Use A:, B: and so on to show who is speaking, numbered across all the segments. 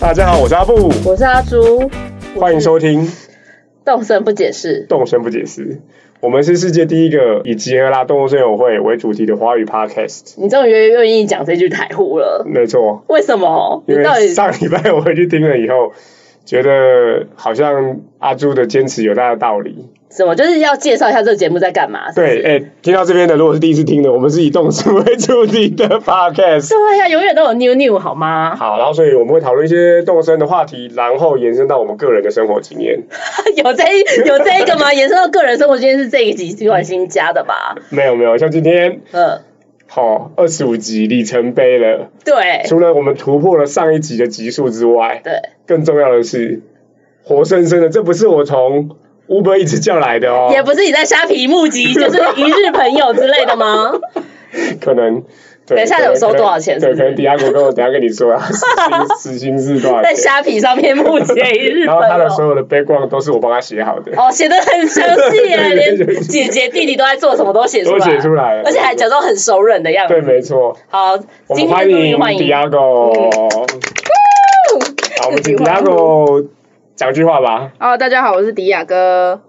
A: 大家好，我是阿布，
B: 我是阿朱，
A: 欢迎收听《
B: 动身不解释》。
A: 动身不解释》，我们是世界第一个以吉俄拉动物森友会为主题的华语 podcast。
B: 你终于愿意讲这句台呼了，
A: 没错，
B: 为什么？
A: 因
B: 你到
A: 为
B: 底
A: 上礼拜我回去听了以后，觉得好像阿朱的坚持有他的道理。
B: 什么？就是要介绍一下这个节目在干嘛？是不
A: 对，
B: 是
A: 哎、听到这边的，如果是第一次听的，我们是以动身为主题的 podcast。
B: 对呀、永远都有 new new 好吗？
A: 好，然后所以我们会讨论一些动身的话题，然后延伸到我们个人的生活经验。
B: 有这一有这一个吗？延伸到个人生活，今天是这一集突然新加的吧？
A: 没有没有，像今天
B: 嗯，
A: 好二十五集里程碑了。
B: 对
A: 除了我们突破了上一集的集数之外，
B: 对，
A: 更重要的是，活生生的，这不是我从 Uber 一直叫来的哦，
B: 也不是你在虾皮募集，就是一日朋友之类 的吗？
A: 可能。对
B: 等一下
A: 可能
B: 有收多少钱
A: 对，
B: 是不是
A: 可能抵押国跟我等一下跟你说啊， 时薪时薪是多少
B: 在
A: 钱？
B: 虾皮上面募集一日
A: 然后
B: 朋
A: 他的所
B: 友。
A: 有的 background 都是我帮他写好的，
B: 哦，写的很详细耶，
A: 对对对
B: 连姐姐弟弟都在做什么都写出
A: 都
B: 来，
A: 写出来了，
B: 而且还假装很熟人的样子
A: 对，。没错。
B: 好，
A: 我们
B: 今天
A: 欢
B: 终于
A: 迎
B: 欢迎嗯
A: Diago，好，我们 请 Diago 讲句话吧。
C: 哦，大家好，我是迪亚哥。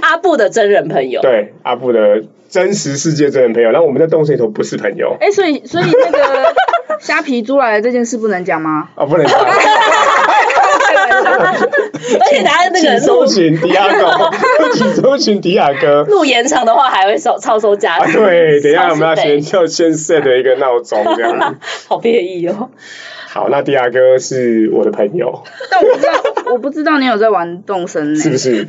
B: 阿布的真人朋友。
A: 对，阿布的真实世界真人朋友，然后我们在动森里头不是朋友
C: 哎、所以所以那 个虾皮租来的这件事不能讲吗？
A: 哦，不能讲。
B: 而且他那个
A: 请
B: 录
A: 搜 寻迪亚哥， 请搜寻迪亚哥。
B: 录延长的话，还会超超收加
A: 啊，
B: 薪。
A: 对，等一下我们要
B: 超时
A: 先
B: 费
A: 要先 set 一个闹钟这 样。
B: 好便宜哦。
A: 好，那迪亚哥是我的朋友，
C: 但我不知道，我不知道你有在玩动森呢、
A: 是不 是？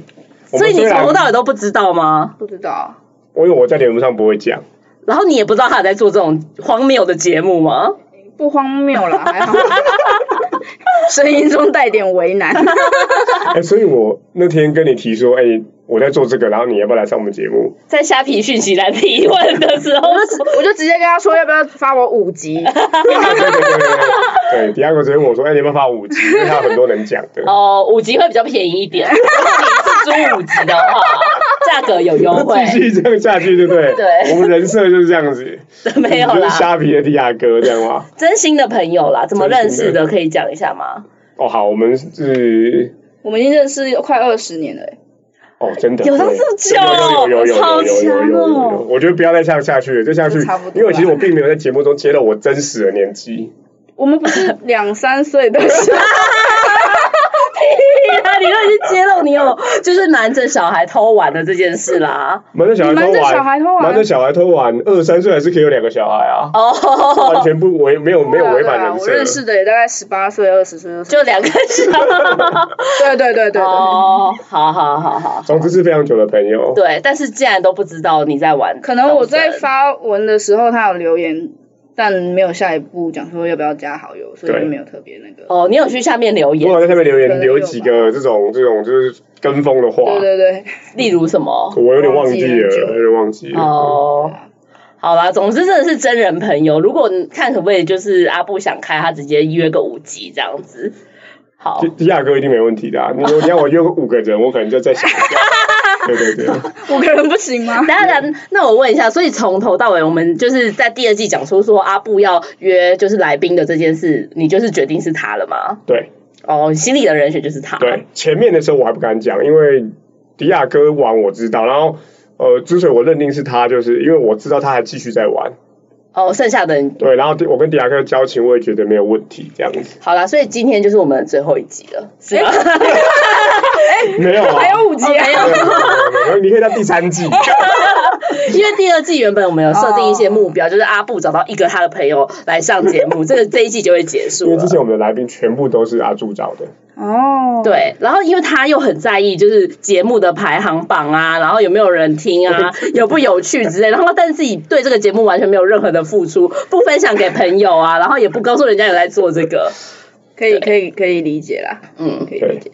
A: 我
B: 所
A: 们
B: 以你
A: 虽
B: 从
A: 然
B: 头到尾都不知道吗？
C: 不知道，
A: 我因为我在节目上不会 讲，
B: 然后你也不知道他有在做这种荒谬的节目吗？
C: 不荒谬啦，还 好。声音中带点为难，
A: 哎，所以我那天跟你提说，哎，我在做这个，然后你要不要来上我们节 目？
B: 在虾皮讯息来提问的时候，
C: 我就直接跟他说要不要发我五集，
A: 对对对对对，对，迪亚哥直接问我说，哎，你有没有发五集？因为他有很多能讲的。
B: 哦，五级会比较便宜一点。如果你是租五级的话，价格有优惠
A: 继。续这样下去，对不对？
B: 对
A: 我们人设就是这样子，
B: 没有
A: 你 就
B: 啦
A: 是，虾皮的迪亚哥这样吗？
B: 真心的朋友啦，怎么认识
A: 真心
B: 的可以讲一下吗？
A: 哦，好，我们是
C: 我们已经认识快二十年了、欸，
A: 哦，真的
B: 有到
A: 对
B: 这么
A: 有有
B: 久
A: 有有有有有
B: 超
A: 有有
B: 强
A: 有有
B: 哦
A: 有，我觉得不要再像下去了，再下去
C: 就差不，多
A: 因为其实我并没有在节目中揭露我真实的年纪，
C: 我们不是两三岁的时候，
B: 对呀，你都已经揭露你有就是瞒着小孩偷玩的这件事啦。
A: 瞒着小孩
C: 你
A: 偷
C: 瞒着
A: 玩，
C: 小孩偷玩
A: 瞒着小孩偷玩，二十三岁还是可以有两个小孩啊，
B: 哦，
A: 完全不违，没 有没有违反人
C: 我认
A: 设。
C: 识的也大概十八岁、二十岁的时候，
B: 就两个 小孩。
C: 对对对对对，
B: 哦，好好好好。
A: 总之是非常久的朋友，
B: 对，但是既然都不知道你在玩，
C: 可能我在发文的时候，他有留言，但没有下一步讲说要不要加好友，所以
A: 对
C: 就没有特别那个。
B: 哦，你有去下面留
A: 如果在
B: 言，
A: 下面留
C: 可
A: 言
C: 能
A: 留
C: 有
A: 几个这种这种就是跟风的话，
C: 对 对对，
B: 例如什么？
A: 我有点忘记了，
C: 忘记很久
A: 有点忘记了。
B: 哦。好啦，总之真的是真人朋友。如果你看可不可以，就是阿布想开，他直接约个五级这样子。好
A: 迪，迪亚哥一定没问题的啊，你你要我约五个人，我可能就再想一下。对对对。
C: 五个人不行吗？
B: 当然，那我问一下，所以从头到尾，我们就是在第二季讲出说阿布要约就是来宾的这件事，你就是决定是他了吗？
A: 对
B: 哦，心里的人选就是他。
A: 对，前面的时候我还不敢讲，因为迪亚哥玩我知道，然后呃，之所以我认定是他，就是因为我知道他还继续在玩，
B: 哦，剩下的人
A: 对，然后我跟迪亚哥的交情我也觉得没有问题，这样子
B: 好啦，所以今天就是我们的最后一集了，是吗？
A: 没有啊，
C: 还有五集啊！
A: 哎没有，没有没有你可以到第三季，
B: 因为第二季原本我们有设定
A: 哦
B: 一些目标，就是阿布找到一个他的朋友来上节目，这个这一季就会结
A: 因
B: 束
A: 为
B: 了
A: 之。前我们的来宾全部都是阿柱找的，
C: 哦，，
B: 对，然后因为他又很在意就是节目的排行榜啊，然后有没有人听啊，有不有趣之类，然后但自己对这个节目完全没有任何的付出，不分享给朋友啊，然后也不告诉人家有在做这个，
C: 可以可以可以理解啦，
B: 嗯，
C: 可以
A: 对，
C: 理解，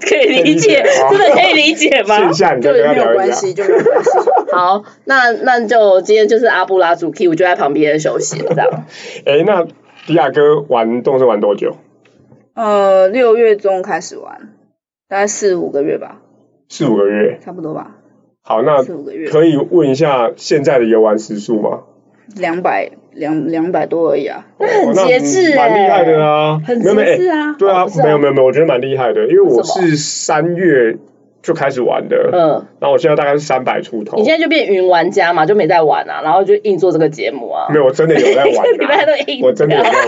B: 可以理解，真的可以理解吗
A: 线？下你再
C: 就
A: 跟他
C: 没有
A: 聊一
C: 关
A: 下
C: 系，。就没有关系。
B: 好，那那就今天就是阿布拉主 key，我就在旁边休息了，这样。
A: 哎，那迪亚哥玩动森玩多久？
C: 呃，六月中开始玩，大概四五个月吧，
A: 四五个月。
C: 差不多吧，
A: 好，那
C: 四五个月，
A: 可以问一下现在的游玩时数吗？
C: 两百两两百多而已啊。
B: 那很节制
A: 哦那蛮厉害的啊，
B: 很
A: 没有没有
B: 节制啊
A: 哎对
B: 哦
A: 啊
B: 不是，啊
A: 没有没有没有，我觉得蛮厉害的，因为我
B: 为什么
A: 是三月就开始玩的，
B: 嗯，
A: 然后我现在大概是三百出头
B: 你，现在就变云玩家嘛，就没在玩啊，然后就硬做这个节目啊
A: 没，有，我真的有在
B: 每个礼拜
A: 玩、
B: 都
A: 啊，
B: 硬聊，
A: 我真的有在玩，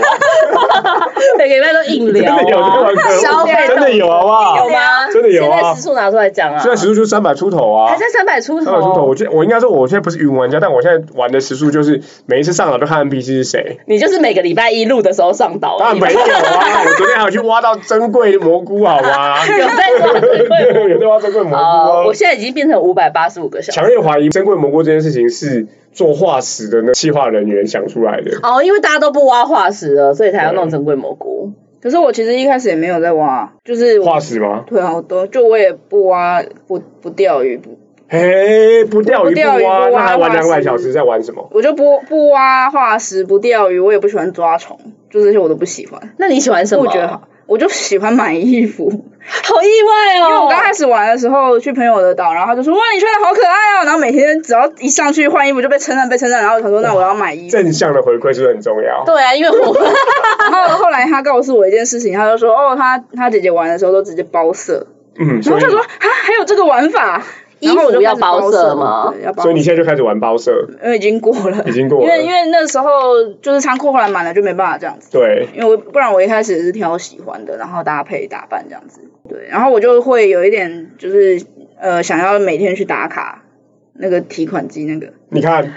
B: 每个礼拜都硬
A: 真
B: 聊
A: 的有在
B: 啊，
A: 玩，
B: 消费
A: 真的有啊好不好
B: 有？吗？
A: 真的有啊
B: 现在时速拿出来讲啊，
A: 现在时速就是三百出头啊
B: 还。在三百出
A: 三百出头，
B: 头，
A: 我现我应该说，我现在不是云玩家，但我现在玩的时速就是每一次上岛都看 NPC 是谁，
B: 你就是每个礼拜一录的时候上岛
A: 当
B: 而
A: 然
B: 已
A: 没有啊！我昨天还有去挖到珍贵的蘑菇，好 吗？
B: 有在玩这个。
A: 有在挖珍贵蘑菇
B: 哦，
A: 哦
B: 我。现在已经变成五百八十五个小时。
A: 强烈怀疑珍贵蘑菇这件事情是做化石的那企划人员想出来的。
B: 哦，因为大家都不挖化石了，所以才要弄珍贵蘑菇。
C: 可是我其实一开始也没有在挖，就是
A: 化石吗？
C: 对啊，我都就我也不挖，不不钓鱼，不
A: 嘿，不钓鱼
C: 不钓鱼
A: 挖，
C: 不挖
A: 那还玩
C: 化石
A: 两百小时在玩什么？
C: 我就不不挖化石，不钓鱼，我也不喜欢抓虫，就这些我都不喜欢，
B: 那你喜欢什么？
C: 不觉得好。我就喜欢买衣服，因
B: 好意外 哦！
C: 为我刚开始玩的时候去朋友的岛，然后他就说哇你穿的好可爱哦，然后每天只要一上去换衣服就被称赞被称赞，然后我想说那我要买衣服，
A: 正向的回馈是不是很重要？
B: 对啊， 因为我
C: 然后后来他告诉我一件事情，他就说哦他他姐姐玩的时候都直接包色，
A: 嗯，
C: 然
A: 所
C: 后
A: 以
C: 他说啊还有这个玩法，然后我就
B: 衣服要
C: 开始
B: 包
C: 包
B: 色
C: 色
B: 吗
C: 对要包
A: 所以你现在就开始玩包色，
C: 因为呃已经过了，
A: 已经过了
C: 因为因为那时候就是仓库后来满了就没办法这样子，
A: 对，
C: 因为我不然我一开始也是挑喜欢的，然后搭配打扮这样子，对，然后我就会有一点就是呃想要每天去打卡那个提款机那个，
A: 你看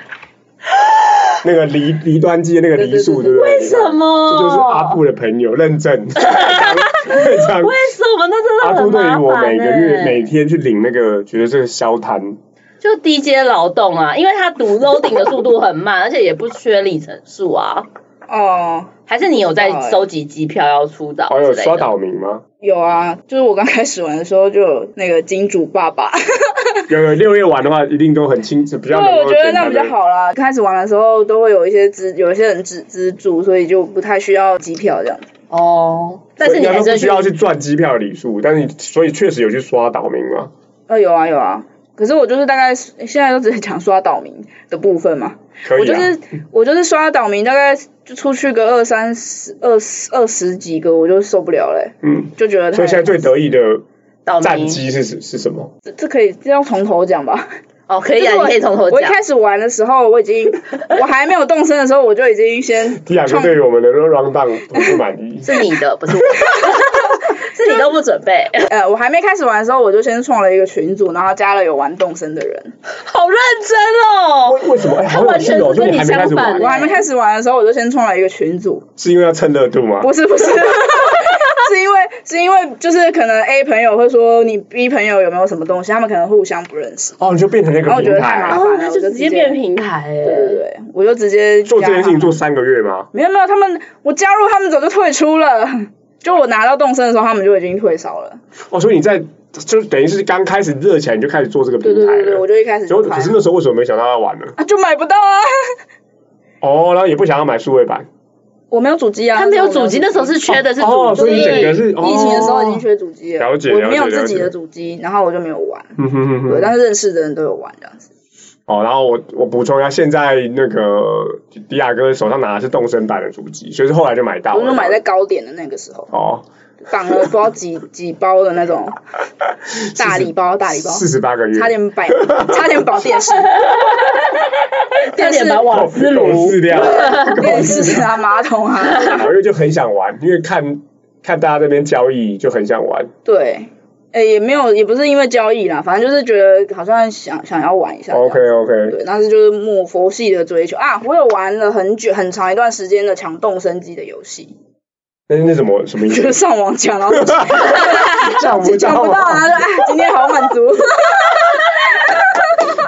A: 那个离离端机的那个离数，对
C: 对对对
A: 不对？
B: 为什 么
A: 这就是阿布的朋友认证， 非常
B: 为什么那真
A: 阿
B: 的
A: 布
B: 很
A: 对于
B: 麻
A: 我
B: 烦
A: 每个月
B: 欸
A: 每天去领那个，觉得这个消摊，
B: 就低阶劳动啊，因为它 读 loading 的速度很慢，而且也不缺里程数啊。
C: 哦，
B: 还是你有在收集机票要出岛
A: 好
B: 之
A: 有
B: 类
A: 刷
B: 的？
A: 岛民吗？
C: 有啊，就是我刚开始玩的时候就有那个金主爸爸，
A: 有有六月玩的话，一定都很清，比较
C: 对，
A: 能
C: 我
A: 够
C: 觉得
A: 简
C: 那
A: 单
C: 样比较
A: 地。
C: 好啦。开始玩的时候都会有一些资，有一些人资资助，所以就不太需要机票这样。
B: 哦，但
A: 所以
B: 是你还
A: 应该说
B: 是会
A: 不需要去赚机票的礼数，但是你所以确实有去刷岛民嘛？
C: 呃，有啊有啊，可是我就是大概现在都只是讲刷岛民的部分嘛，
A: 可
C: 我
A: 以
C: 就
A: 啊，
C: 是我就是刷岛民，大概就出去个二三十、二十二十几个，我就受不了嘞、
A: 嗯。
C: 就觉得太
A: 所以现在最得意的
B: 岛
A: 战
B: 民
A: 绩是是是什么？
C: 这这可以这要从头讲吧。
B: 哦，可以啊，
C: 就是
B: 你
C: 我
B: 可以从头
C: 我一
B: 讲。，
C: 开始玩的时候，我已经我还没有动身的时候，我就已经先
A: 第两个
C: 创
A: 对于我们的 round down 不是满意
B: 是你 的，不是我 的，是你都不准备，
C: 呃，我还没开始玩的时候，我就先创了一个群组，然后加了有玩动身的人。
B: 好认真哦。
A: 为为什么？哎，好有趣哦！
B: 他完全是
A: 就
B: 跟
A: 你
B: 你
A: 还没开始
B: 相反
A: 玩
B: 欸
C: 我，还没开始玩的时候，我就先创了一个群组，
A: 是因为要蹭热度吗？
C: 不 是不是，是因为是因为就是可能 A 朋友会说你 B 朋友有没有什么东西，他们可能互相不认识。
A: 哦，你就变成那个
C: 然后我觉
A: 平
C: 得太麻
A: 台
C: 烦。
B: 哦，那就直接变平台哎。
C: 对对对，我就直接
A: 做这
C: 加
A: 件事情
C: 他们
A: 做三个月吗？
C: 没有没有，他们我加入他们早就退出了， 就我拿到动身的时候，他们就已经退烧了。
A: 哦，所以你在就等于是刚开始热起来，你就开始做这个
C: 对
A: 平
C: 对
A: 台
C: 对对，我
A: 了。
C: 就一开始
A: 结果
C: 就
A: 可
C: 拍
A: 是那时候为什么没想到要玩呢？
C: 啊就买不到啊，
A: 哦，然后也不想要买数位版。
C: 我没有主机啊，
B: 他没有主机，那时候是哦缺的是主
A: 哦，所以你
B: 机。
A: 整个是哦
C: 疫情的时候已经
A: 去。
C: 缺主机了，
A: 了解
C: 我
A: 了解
C: 没有自己
A: 了
C: 的
A: 解
C: 主机，然后我就没有玩，
A: 嗯哼哼
C: 对，
A: 哼。
C: 但是认识的人都有玩这样子。
A: 哦，然后我我补充一下，现在那个迪亚哥手上拿的是动身版的主机，所以是后来就买到
C: 我
A: 了。
C: 就买在高点的那个时候，
A: 哦，
C: 绑了不知道几几包的那种大礼包，大礼包，
A: 四十八个月，
C: 差点摆， 差点绑 电视，
B: 差点把瓦斯
A: 狗
B: 炉
A: 饲料，
C: 电视啊、马桶啊，
A: 因为就很想玩，因为看看大家这边交易就很想玩。
C: 对。诶，也没有，也不是因为交易啦，反正就是觉得好像想想要玩一下这样
A: OK OK，
C: 对，但是就是莫佛系的追求啊！我有玩了很久、很长一段时间的抢动升级的游戏，
A: 那那什么什么意
C: 就
A: 思
C: 是？上网抢，然后
A: 想不
C: 抢
A: 到
C: 不到，然
A: 啊！
C: 后就哎，今天好满足。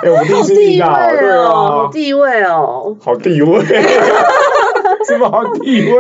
A: 哎，我们第一
B: 好
A: 次遇
B: 地位
A: 到，对
B: 哦，好
A: 啊，
B: 地位哦，
A: 好地位， 什么好地位？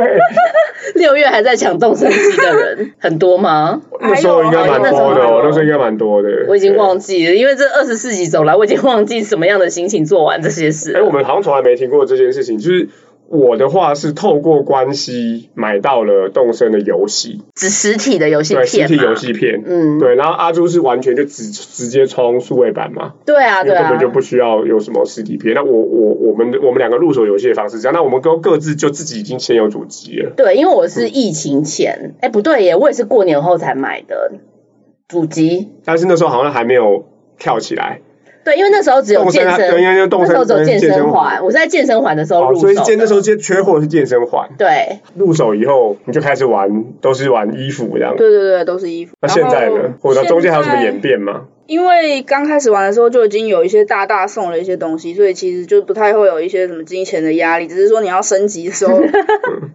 B: 六月还在抢动身机的人很多吗？
A: 那时候应该蛮多的
B: 还有
A: 哦，那时候应该蛮多的。
B: 我已经忘记了，因为这二十四集走来，我已经忘记什么样的心情做完这些事
A: 哎，我
B: 了。
A: 们好像从来没听过这件事情，就是我的话是透过关系买到了动森的游戏，
B: 只实体的游戏
A: 对，实
B: 片
A: 体
B: 嘛，
A: 游戏片。
B: 嗯，
A: 对，然后阿朱是完全就直直接冲数位版嘛，
B: 对啊，
A: 因
B: 对
A: 为根
B: 啊
A: 本，就不需要有什么实体片。那我我我们我们两个入手游戏的方式是这样，那我们都各自就自己已经先有主机了。
B: 对，因为我
A: 嗯
B: 是疫情前，哎、不对耶，我也是过年后才买的主机。
A: 但是那时候好像还没有跳起来，
B: 对，因为那时候只有
A: 动
B: 健
A: 身
B: 身，
A: 对，因为动
B: 那时候
A: 身
B: 只有健身
A: 环，
B: 环，我是在健身环的时候
A: 哦
B: 入手
A: 所以
B: 的、
A: 健那时候健缺货是健身环，
B: 对
A: 入手以后你就开始玩，都是玩衣服这样。
C: 对对对，都是衣服。
A: 那现在
C: 然
A: 呢
C: 后？
A: 或者中间还有什么
C: 现在
A: 演变 吗？
C: 因为刚开始玩的时候就已经有一些大大送了一些东西，所以其实就不太会有一些什么金钱的压力，只是说你要升级的 时候，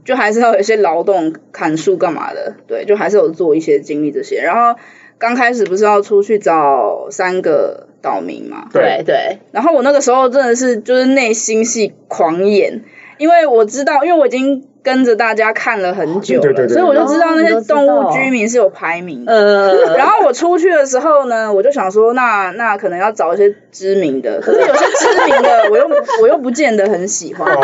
C: 就还是要有一些劳动、砍树干嘛的，对，就还是有做一些经历这些。然后刚开始不是要出去找三个岛民嘛，
B: 对对，
C: 然后我那个时候真的是就是内心戏狂演，因为我知道，因为我已经跟着大家看了很久了，
A: 对对对对
C: 所以我就知道
B: 哦
C: 那
B: 你都
C: 些
B: 知道
C: 动物居民是有排名的。
B: 呃，
C: 然后我出去的时候呢，我就想说那，那可能要找一些知名的，可是有些知名的我又我又不见得很喜欢。
A: 哦，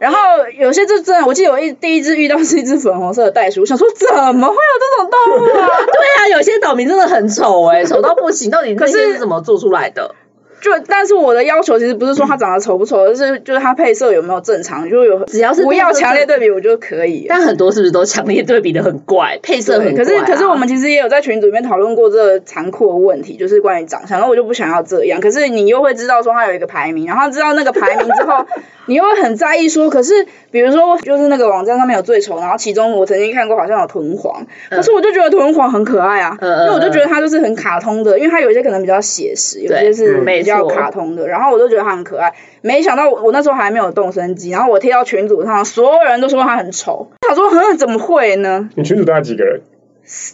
C: 然后有些就真的，我记得我一第一只遇到是一只粉红色的袋鼠，我想说怎么会有这种动物啊？
B: 对啊，有些岛民真的很丑哎、丑到不行，到底那
C: 可
B: 些
C: 是
B: 是怎么做出来的？
C: 就但是我的要求其实不是说它长得丑不丑，而是就是它配色有没有正常，就有
B: 只要是
C: 不要强烈
B: 对，
C: 对比，我就可以了。
B: 但很多是不是都强烈对比的很怪，配色
C: 对，
B: 很
C: 可
B: 怪啊、
C: 是可是我们其实也有在群组里面讨论过这个残酷的问题，就是关于长相。然后我就不想要这样，可是你又会知道说它有一个排名，然后知道那个排名之 后，你又会很在意说，可是比如说就是那个网站上面有最丑，然后其中我曾经看过好像有豚黄，可是我就觉得豚黄很可爱啊，
B: 嗯嗯嗯嗯
C: 因为我就觉得它就是很卡通的，因为它有一些可能比较写实，有些是
A: 嗯
C: 比
B: 没
C: 较
B: 错
C: 卡通的，然后我就觉得它很可爱。没想到我我那时候还没有动身机，然后我贴到群组上，所有人都说它很丑，我想说哼怎么会呢？
A: 你群主大概几个 人？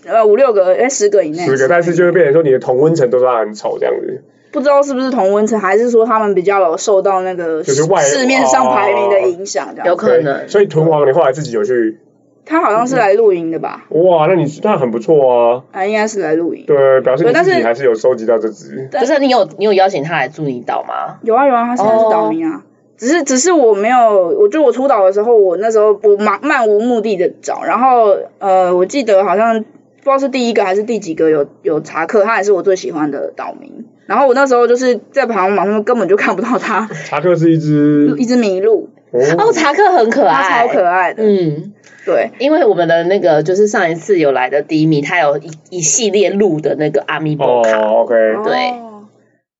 C: 呃五六个，哎、十个以内，
A: 十个，但是就会变成说你的同温层都算很丑这样子。
C: 不知道是不是同温层，还是说他们比较有受到那个
A: 就是外哦
C: 市面上排名的影响，这
B: 有
C: 样。
B: 可能
A: 对，所以豚王你后来自己有去，
C: 他好
A: 嗯
C: 像是来露营的吧？
A: 哇，那你那很不错啊，
C: 啊，应该是来露营。
A: 对，表示你
C: 对但
A: 自己
C: 是
A: 还是有收集到这只。
B: 不是你有你有邀请他来住你岛吗？
C: 有啊有啊，他现在是岛
B: 哦
C: 民啊。只是只是我没有，我就我出岛的时候，我那时候我漫漫无目的的找，然后呃，我记得好像不知道是第一个还是第几个有有查克，他也是我最喜欢的岛民。然后我那时候就是在排行榜上面根本就看不到他，
A: 查克是一只
C: 一直迷路，
B: 哦，查克很可
C: 他
B: 爱，
C: 超可爱的，
B: 嗯，
C: 对。
B: 因为我们的那个就是上一次有来的迪米，他有一一系列录的那个阿米波卡，
A: 哦，OK，
B: 对
C: 哦。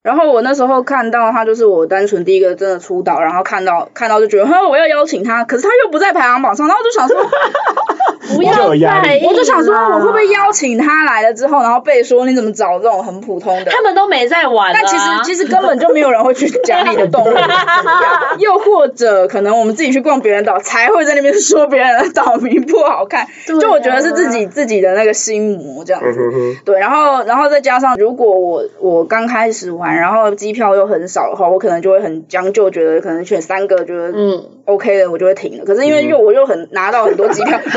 C: 然后我那时候看到他，就是我单纯第一个真的出道，然后看到看到就觉得，哼，我要邀请他，可是他又不在排行榜上，然后我就想说，
B: 不
A: 我就
B: 要
A: 有压力
B: 在意啦，
C: 我就想说，我会不会邀请他来了之后，然后被说你怎么找这种很普通的？
B: 他们都没在玩、啊，
C: 但其实其实根本就没有人会去讲你的动 物怎么样，又或者可能我们自己去逛别人岛，才会在那边说别人的岛名不好看，
B: 对啊
C: 就我觉得是自己自己的那个心魔这样子。
A: 嗯哼哼，
C: 对，然后然后再加上，如果我我刚开始玩，然后机票又很少的话，我可能就会很将就，觉得可能选三个觉得
B: 嗯，
C: OK 的，我就会停了。可是因为
A: 嗯
C: 又我又很拿到很多机 票，我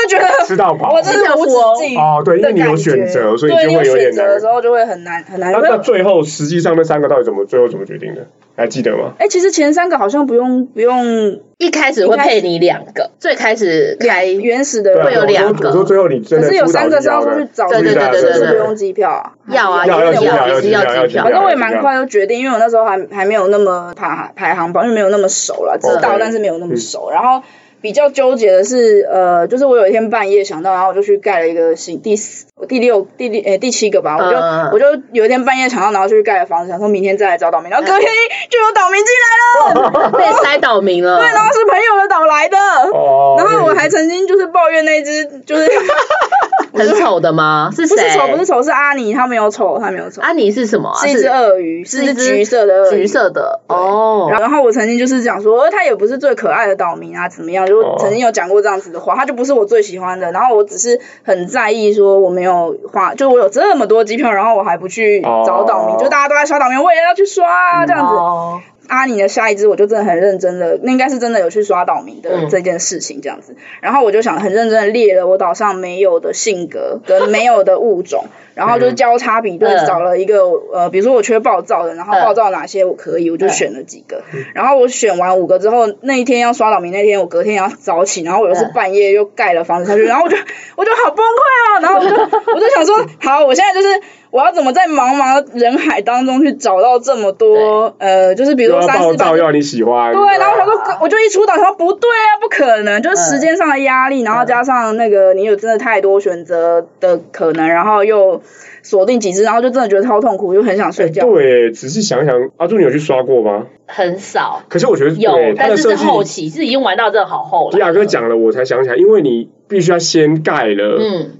C: 就觉得
A: 吃到饱。
C: 我真的无止境
A: 哦，对，因为你有
C: 的感觉
A: 选择，所以
C: 对
A: 就
C: 你
A: 会有点
C: 选择
A: 难
C: 的时。候就会很难很难。
A: 那那
C: 哎、
A: 最后实际上那三个到底怎么最后怎么决定的？还记得吗？
C: 哎其实前三个好像不用不用
B: 一开始会配你两个，最开始开
C: 原始的
A: 对啊
B: 会有
A: 我说
B: 两个
A: 我说最后你真
C: 可
A: 的
C: 是有
A: 出岛
C: 三个
A: 就是
C: 要出
A: 的
C: 去找，
B: 对对对对
C: 所以
B: 对
C: 是
B: 对
C: 不用机票啊。
B: 要啊，
A: 要要
B: 也是
A: 机票
B: 也是
A: 要
B: 机
A: 机票
B: 票，
C: 反正我也
A: 了解
C: 蛮快就决定，因为我那时候还还没有那么排排行榜，因为没有那么熟
B: 哦
C: 了，知道
A: OK
C: 但是没有那么
B: 嗯
C: 熟。然后比较纠结的是，呃，就是我有一天半夜想到，然后我就去盖了一个新第四、第六、第六、呃诶第七个吧，我就、
B: 嗯嗯嗯
C: 我就有一天半夜想到，然后就去盖了房子，想说明天再来找岛民，然后隔天就有岛民进来了，
B: 被塞岛民了，
C: 对，然后是朋友的岛来的。
A: 哦，
C: 然后我还曾经就是抱怨那只，就是
B: 很丑的吗？是
C: 不
B: 谁？
C: 是丑不是丑是阿尼，他没有丑，他没有丑，
B: 安妮是什么啊？
C: 是一只鳄鱼，是
B: 是一只
C: 橘色的鳄鱼，
B: 橘色的哦，
C: 然后我曾经就是讲说，呃他也不是最可爱的岛民啊，怎么样？就曾经有讲过这样子的话，他就不是我最喜欢的。然后我只是很在意说我没有花，就我有这么多机票，然后我还不去找岛民，
A: 哦
C: 就大家都在刷岛民，我也要去刷啊，这样子。
B: 哦
C: 阿宁的下一支，我就真的很认真的，那应该是真的有去刷岛民的
A: 嗯
C: 这件事情这样子。然后我就想很认真的列了我岛上没有的性格跟没有的物种，然后就交叉比对，
B: 嗯
C: 找了一个呃，比如说我缺暴躁的，然后
B: 嗯
C: 暴躁哪些我可以，我就选了几个。然后我选完五个之后，那一天要刷岛民，那天我隔天也要早起，然后我又是
B: 嗯
C: 半夜又盖了房子下去，然后我就我就 好崩溃哦，然后我就我就想说，好，我现在就是我要怎么在茫茫人海当中去找到这么多呃，就是比如
A: 又
C: 说
A: 要
C: 三
A: 暴
C: 四百
A: 躁，又要你喜欢，
C: 对，然后我想说，我就一出岛，想说不对啊，不可能，就是时间上的压力，
A: 嗯
C: 然后加上那个你有真的太多选择的可能，然后又锁定几只，然后就真的觉得超痛苦，就很想睡觉。
A: 对，仔细想想，阿朱，你有去刷过吗？
B: 很少
A: 可是我觉得对
B: 有，
A: 它
B: 但
A: 的
B: 是是
A: 设计，
B: 后期是已经玩到这好后了。
A: 迪亚哥，讲了，我才想起来，因为你必须要先盖了，
B: 嗯，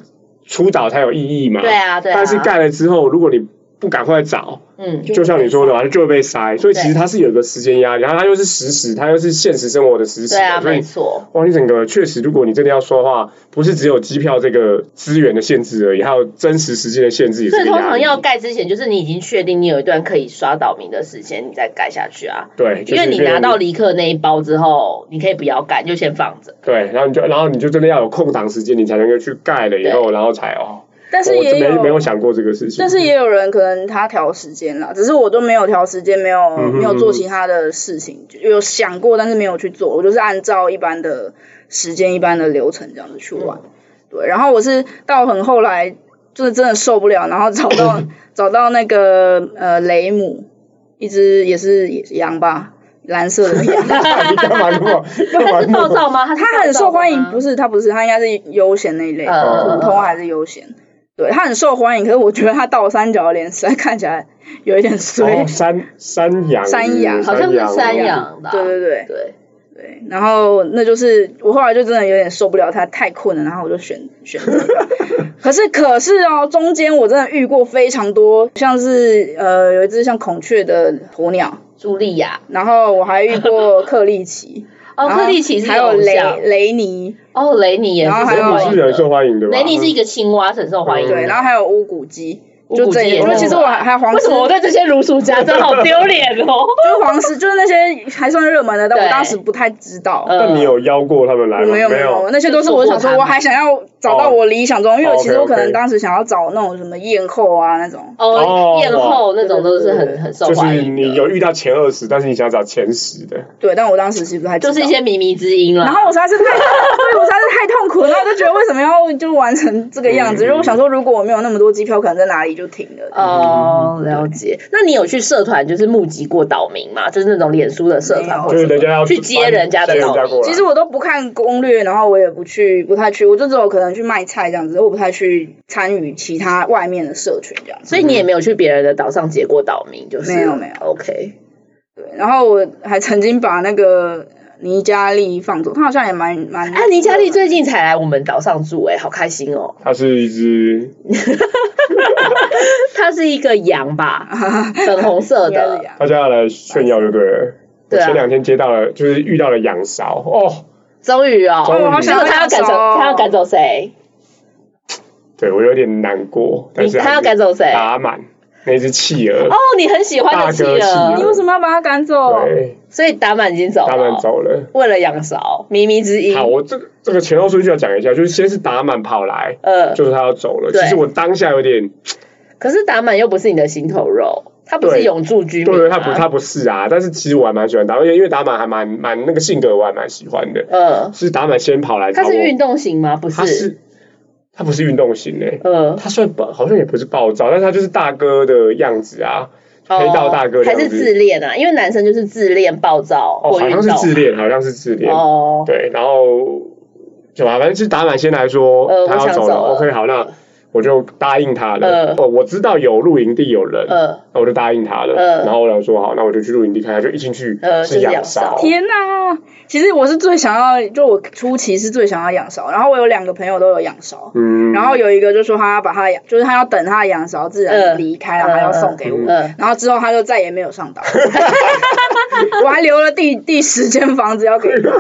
A: 出岛才有意义嘛。
B: 对啊，对啊，
A: 但是盖了之后，如果你不赶快找，
B: 嗯，
A: 就像你说的嘛，就会被塞。所以其实它是有一个时间压力，然后它又是实时，它又是现实生活的实时
B: 对啊，
A: 的，所
B: 没
A: 以
B: 错，
A: 哇，你整个确实，如果你真的要说的话，不是只有机票这个资源的限制而已，还有真实时间的限制也是
B: 所以
A: 一个
B: 通
A: 压
B: 常
A: 力。
B: 要盖之前，就是你已经确定你有一段可以刷岛民的时间，你再盖下去啊。
A: 对，就
B: 因
A: 是
B: 为你
A: 变
B: 拿
A: 成
B: 到离克那一包之后，你可以不要盖，你就先放 着。
A: 对，然后你就然后你就真的要有空档时间，你才能够去盖了以后，然后才哦。
C: 但是
A: 我
C: 也
A: 没
C: 有
A: 没有想过这个事情。
C: 但是也有人可能他调时间啦，只是我都没有调时间，没有
A: 嗯哼
C: 没有做其他的事情，就有想过，但是没有去做，我就是按照一般的时间、一般的流程这样子去玩。
A: 嗯
C: 对，然后我是到很后来，就是真的受不了，然后找 到找到那个呃雷姆，一只也是羊吧，蓝色的羊，
A: 你 干嘛那么干嘛
B: 他是
A: 那
B: 暴
A: 么？
B: 躁吗？他
C: 他很受欢迎，不
B: 是
C: 是他不是，他应该是悠闲那一类，
B: 嗯
C: 普通还是悠闲。对他很受欢迎，可是我觉得他倒三角的脸实在看起来有一点衰。
A: 哦，山山羊，
C: 山羊
B: 暴躁吗好像是山
A: 山羊
B: 羊吧？
C: 对对对
B: 对，
C: 对，然后那就是我后来就真的有点受不了他太困了，然后我就选选这个。 可是可是哦，中间我真的遇过非常多，像是呃有一只像孔雀的鸵鸟，
B: 茱莉亚
C: 然后我还 遇过克利奇，
B: 哦，
C: 然后
B: 克利奇是
C: 还有
B: 偶
C: 雷
B: 像
C: 雷尼，
B: 哦，雷尼也是
C: 然后
B: 受
C: 还有
A: 雷
B: 欢
A: 尼
B: 迎
A: 是
B: 的
A: 很受欢迎的吧？
B: 雷尼是一个青蛙，很受欢迎的。
C: 对，然后还有乌骨鸡，
B: 嗯乌
C: 就
B: 骨
C: 这
B: 鸡
C: 一
B: 也
C: 类。
B: 是
C: 其实我还还有黄
B: 为什
C: 狮
B: 么我对这些如数家 珍，好丢脸哦？
C: 就是黄石，就是那些还算热门的，但我
B: 对
C: 当时不太知道。
B: 呃
A: 那你有邀过他们来
C: 我
A: 吗？
C: 没有没有，
A: 有。
C: 那些都是我想
B: 就错
C: 说，
B: 过
C: 我
B: 他们
C: 还想要找到
A: 哦
C: 我理想中，因为
A: 哦
C: 其实我可能
A: OK，OK
C: 当时想要找那种什么艳后啊那种。
B: 哦，
A: 哦
B: 艳后那种都是
C: 对对对
B: 很很受
A: 就是
B: 欢迎
A: 你
B: 的，
A: 有遇到前二十，但是你想找前十的，
C: 对，但我当时其实不太知
B: 就
C: 道。
B: 是一些靡靡之音
C: 然
B: 了。
C: 后我实在是太， 对我实在是太痛苦了，然后我就觉得为什么要就玩成这个样子？
A: 嗯
C: 因为我想说，如果我没有那么多机票，可能在哪里就停了。
B: 哦，了解。那你有去社团就是募集过岛民吗？就是那种脸书的社团，
C: 没有
B: 或
A: 就
B: 者
A: 是
B: 什么
A: 人家要
B: 哦去接人家的
A: 接人家
B: 岛民
A: 过来。
C: 其实我都不看攻略，然后我也不去，不太去，我就只有可能去卖菜这样子，我不太去参与其他外面的社群这样子。
B: 所以你也没有去别人的岛上结过岛民，就是
C: 没有没有
B: OK，
C: 然后我还曾经把那个尼加利放走，他好像也蛮蛮。
B: 啊，尼 加利最近才来我们岛上住，哎，好开心哦。
A: 它是一只
B: 它是一个羊吧， 粉红色
C: 应该是
B: 的
C: 这，样
A: 大家要来炫耀就对了。
B: 对啊
A: 我前两天接到了，就是遇到了养勺哦，
B: 终于哦，
A: 终于哦我好
B: 结
A: 想
B: 果
C: 要
B: 他要赶走，
C: 养勺哦
B: 他要赶走谁？
A: 对我有点难过，但
B: 你
A: 是
B: 他
A: 还
B: 要
A: 是
B: 赶走谁？
A: 打满那只企鹅
B: 哦，，你很喜欢的企
A: 大哥企
C: 你
A: 鹅
B: 鹅，
C: 为什么要把他赶走？
B: 哦
A: 对，
B: 所以打满已经走了，
A: 打满走了。
B: 为了养勺，靡靡之音。
A: 好，我这个这个前后顺序要讲一下，就是先是打满跑来，
B: 呃，
A: 就是他要走了。
B: 对
A: 其实我当下有点，
B: 可是打满又不是你的心头肉，他不是
A: 对
B: 永住居民、啊，
A: 对，他不他不是啊，但是其实我还蛮喜欢打满，因为因为打满还蛮蛮那个性格我还蛮喜欢的，
B: 呃，
A: 是打满先跑来找
B: 他
A: 我，
B: 是运动型吗？不
A: 他是他不是运动型诶、
B: 呃，
A: 他算暴，好像也不是暴躁，但是他就是大哥的样子啊，
B: 哦
A: 黑道大哥的
B: 还
A: 样
B: 是
A: 子。
B: 自恋啊？因为男生就是自恋、暴躁
A: 哦，
B: 或
A: 好
B: 运
A: 像
B: 动，
A: 是自恋，好像是自恋。
B: 哦，
A: 对，然后就吧，反正是打满先来说，
B: 呃
A: 他要
B: 我想
A: 走
B: 走了
A: OK，好，那我就答应他了。
B: 呃
A: 哦，我知道有露营地有人，
B: 呃，
A: 那我就答应他了。
B: 呃
A: 然后我想说好，那我就去露营地看看，就一进去
B: 呃就是
A: 是
B: 养
A: 养
B: 烧
A: 烧。
C: 天哪、其实我是最想要，就我初期是最想要养勺，然后我有两个朋友都有养勺，
A: 嗯，
C: 然 后有一个就说他要把他养，就是他要等他的养勺自然离开，然后他要送给我。
A: 嗯
B: 呃，
C: 然后之后他就再也没有 上岛，我还留了第第十间房子要给他。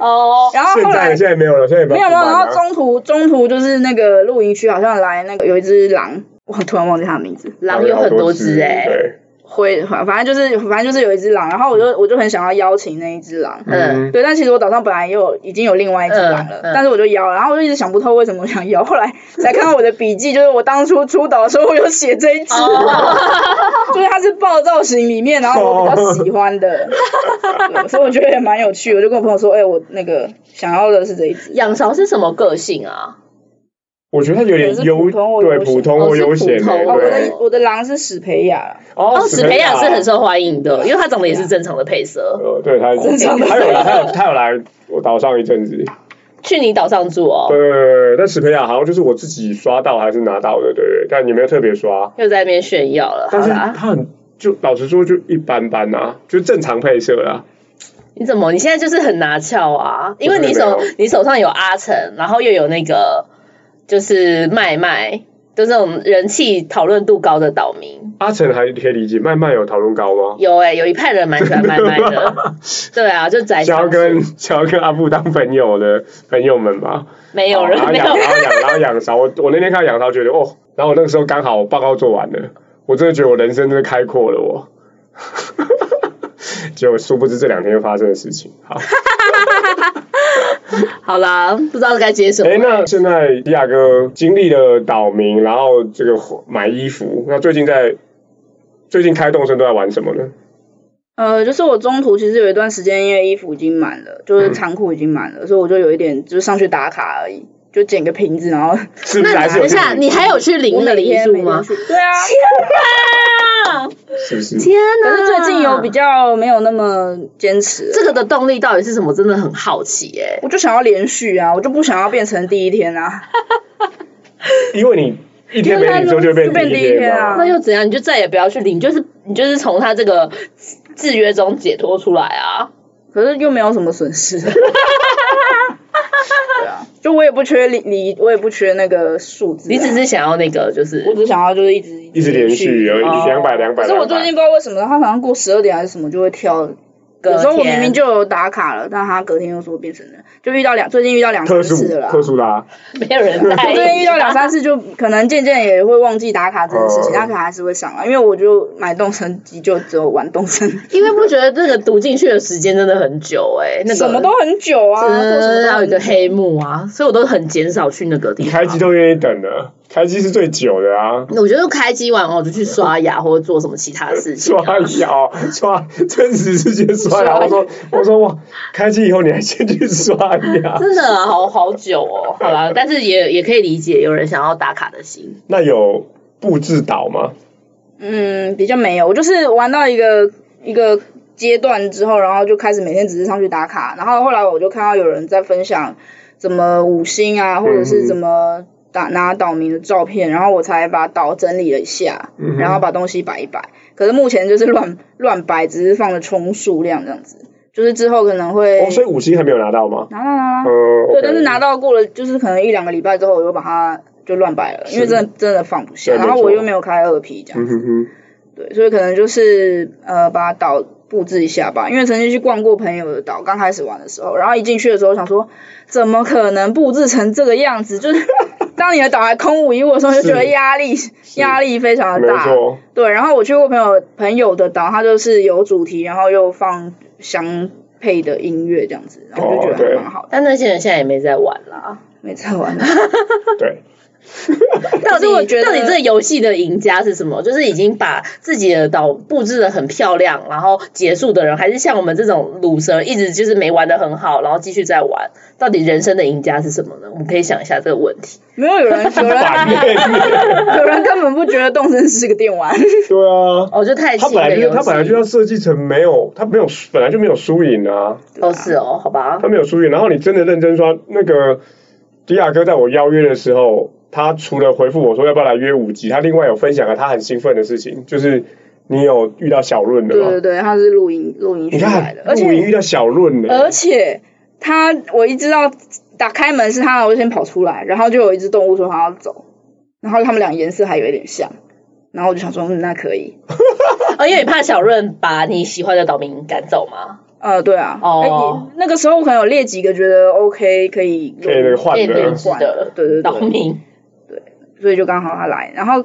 B: 哦，
C: 然 后
A: 现
C: 后
A: 在
C: 来
A: 现在没有了，现在
C: 没有没有，
A: 不满
C: 然
A: 了
C: 后中途中途就是那个 露营区好像来那个有一只狼，我突然忘记它的名字。
B: 狼有很多只哎、
A: 对，
C: 灰，反反正就是反正就是有一只狼，然后我
B: 嗯
C: 就我就很想要邀请那一只狼，
A: 嗯，
C: 对，但其实我岛上本来也有已经有另外一只狼了，
B: 嗯嗯
C: 但是我就邀，然后我就一直想不透为什么我想邀， 后来才看到我的笔记，就是我当初出岛的时候我有写这一只，
B: 哦
C: 就是它是暴躁型里面，然后我比较喜欢 的，对所以我觉得也蛮有趣，我就跟我朋友说，哎、我那个想要的是这一只，
B: 养勺是什么个性啊？
A: 我觉得他有点
C: 可能是
A: 悠，
C: 普通或
A: 对
C: 悠闲
A: 普通或
B: 哦是
A: 悠闲
B: 普
A: 的，
B: 通
C: 哦，我
A: 对
C: 的，我的狼是史培雅啦，
A: 哦
B: 哦，史培雅是很
A: 受，
B: 受欢迎的，因为它长得也是正常的配色。
A: 呃，对他
C: 正常的
A: 他有来，他有他有来我岛上一阵子，
B: 去你岛上住哦，
A: 对，但史培雅好像就是我自己刷到还是拿到的，对，但也没有特别刷，
B: 又在那边炫耀了。好
A: 但是
B: 啦，
A: 他很就老实说就一般般啊，就正常配色啦，
B: 你怎么？你现在就是很拿翘啊，因为你
A: 我
B: 手
A: 真的没有
B: 你手上有阿成，然后又有那个就是麦麦，就这种人气讨论度高的岛民。
A: 阿成还可以理解，慢慢有讨论高吗？
B: 有哎、有一派人蛮喜欢麦麦 的。对啊，就宅
A: 想要
B: 少
A: 跟 想要跟阿布当朋友的朋友们吧，
B: 没有
A: 然
B: 人
A: 后
B: 没
A: 养，
B: 有
A: 然后养，然后养勺。我我那天看到养勺，觉得哦，然后我那个时候刚好我报告做完了，我真的觉得我人生真的开阔了我。 结果殊不知这两天又发生的事情。好，
B: 好啦，不知道该接什么。
A: 哎，那现在迪亚哥经历了岛民，然后这个买衣服，那最近在最近开动身都在玩什么呢？
C: 呃，就是我中途其实有一段时间，因为衣服已经满了，
A: 嗯
C: 就是仓库已经满了，所以我就有一点就是上去打卡而已，就捡个瓶 子，然后
A: 是不
B: 那
A: 是还
B: 你
A: 是
B: 等
A: 有
B: 一下，你还有去领
C: 我
B: 那个
C: 每
B: 礼
C: 天
B: 数
C: 每天
B: 吗？
C: 去 对啊，
B: 啊！
A: 是不是？
B: 天哪！
C: 可是最近有比较没有那么坚持，
B: 这个的动力到底是什么？真的很好奇欸耶、
C: 我就想要连续啊，我就不想要变成第一天啊，
A: 因为你一天没领之后就变第一天嘛。
C: 就变第一天啊
B: 那又怎样？你就再也不要去领，就是你就是从他这个制制约中解脱出来啊！
C: 可是又没有什么损失。 对啊，就我也不缺离离，我也不缺那个数字啊、
B: 你只是想要那个，就是
C: 我只想要就是一直
A: 一直连续而已，
B: 哦
A: 两百两百。
C: 可是我最近不知道为什么，他好像过十二点还是什么就会跳。有时候我明明就有打卡了，但他隔天又说变成了，就遇到两最近遇到两
A: 特
C: 三
A: 殊
C: 次了啦。
A: 特殊啊啦，
B: 没有 人在
C: 最近遇到两三次，就可能渐渐也会忘记打卡这件事情，
A: 哦
C: 但可能还是会上来，因为我就买动身机，就只有玩动身，
B: 因为不觉得这个读进去的时间真的很久哎、那个
C: 什么都很久啊，做什么
B: 真
C: 都
B: 要有
C: 很
B: 一
C: 久
B: 个黑幕啊，所以我都很减少去那个地
A: 你
B: 方。
A: 开机都愿意等的，开机是最久的啊。
B: 我觉得开机完哦，我就去刷牙或者做什么其他的事情、啊
A: 刷。牙，刷真实世界刷牙。
C: 刷牙
A: 我说，我说哇，开机以后你还先去刷牙，
B: 真的啊好好久哦，好啦，但是也也可以理解有人想要打卡的心。
A: 那有布置岛吗？
C: 嗯，比较没有，我就是玩到一个一个阶段之后，然后就开始每天只是上去打卡，然后后来我就看到有人在分享怎么五星啊，或者是怎么打拿岛民的照片，然后我才把岛整理了一下，
A: 嗯
C: 然后把东西摆一摆。可是目前就是乱乱摆，只是放了充数量这样子，就是之后可能会
A: 哦，所以五星还没有拿到吗？
C: 拿到拿
A: 呃
C: 到，，对，
A: OK
C: 但是拿到过了，就是可能一两个礼拜之后，我又把它就乱摆了，因为
A: 是
C: 真的真的放不下，
A: 对没
C: 然后
A: 错
C: 我又没有开二 P 这样
A: 嗯哼哼，
C: 对，所以可能就是呃把岛布置一下吧，因为曾经去逛过朋友的岛，刚开始玩的时候，然后一进去的时候想说，怎么可能布置成这个样子？就是 当你的岛还空无一物的时候，就觉得
A: 是
C: 压力压力非常的
A: 没
C: 大。
A: 错，
C: 对，然后我去过朋友朋友的岛，它就是有主题，然后又放相配的音乐这样子，然后就觉
A: 哦对
C: 得还蛮好的，
B: 但那些人现在也没在玩啦。
C: 没在玩。
A: 对，
B: 到
C: 可
B: 底
C: 是我觉得
B: 到底这个游戏的赢家是什么？就是已经把自己的岛布置的很漂亮，然后结束的人，还是像我们这种鲁蛇，一直就是没玩的很好，然后继续在玩。到底人生的赢家是什么呢？我们可以想一下这个问题。
C: 没有有人 有
A: 反
C: 人
A: 面，
C: 有人根本不觉得动森是个电玩，
A: 对啊。
B: 哦，就太
A: 他
B: 气
A: 本来
B: 的
A: 就
B: 游
A: 他本来就
B: 戏。
A: 要设计成没有，他没有本来就没有输赢啊，
B: 哦，是哦，好吧
A: 他。没有输赢。然后你真的认真刷那个迪亚哥，在我邀约的时候，他除了回复我说要不要来约五集，他另外有分享了他很兴奋的事情，就是你有遇到小润的
C: 对对
A: 吗？
C: 对，它是录音录音
A: 你
C: 出来
A: 看
C: 的，，而且
A: 露营遇到小润的，
C: 而且他，我一知道打开门是他，我就先跑出来，然后就有一只动物说它要走，然后他们俩颜色还有一点像，然后我就想说，嗯，那可以，
B: 哦，因为你怕小润把你喜欢的岛民赶走吗？
C: 呃，对啊，
B: 哦
C: 哎那个时候我可能有列几个觉得 OK 可以
A: 可以那个换
B: 被
A: 的
B: 贬值的
C: 对对对
B: 岛民。
C: 所以就刚好他来，然后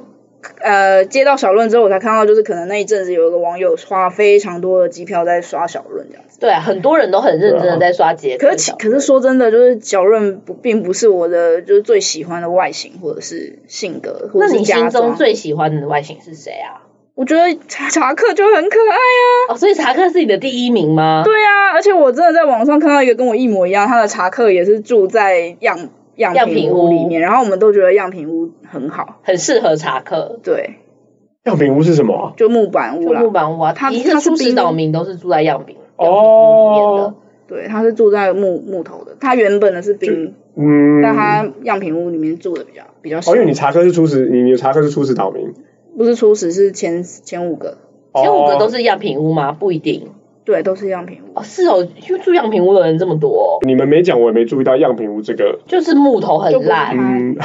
C: 呃接到小论之后，我才看到就是可能那一阵子有一个网友花非常多的机票在刷小论这样子。
B: 对啊，很多人都很认真
A: 啊
B: 的在刷节。
C: 可是其可是说真的，就是小润不并不是我的就是最喜欢的外形或者是性格或
B: 那
C: 者是
B: 你心
C: 家
B: 中
C: 装。
B: 最喜欢的外形是谁啊？
C: 我觉得查查克就很可爱啊。
B: 哦，所以查克是你的第一名吗？
C: 对啊，而且我真的在网上看到一个跟我一模一样，他的查克也是住在样样
B: 样品
C: 品
B: 屋
C: 屋里面，然后我们都觉得样品屋很好，
B: 很适合查克。
C: 对，
A: 样品屋是什么啊？
C: 就木板屋
B: 就
C: 啦，
B: 木板屋啊，
C: 他
B: 一
C: 他是
B: 出指
C: 冰
B: 岛民都是住在样饼
A: 哦
B: 样饼屋里面的。
C: 对，他是住在木木头的，他原本的是冰，
A: 嗯，
C: 但他样品屋里面住的比较比较少，
A: 哦，因为你查科是初始，你你查科是初始岛民，
C: 不是初始是前前五个，
B: 前五个都
A: 哦、
B: 是样品屋吗？不一定
C: 对，都是样品屋，
B: 哦，是哦，因为住样品屋的人这么多哦、
A: 你们没讲，我也没注意到样品屋这 个，
B: 就是木头
C: 就
B: 很
C: 不是
B: 烂，
A: 嗯，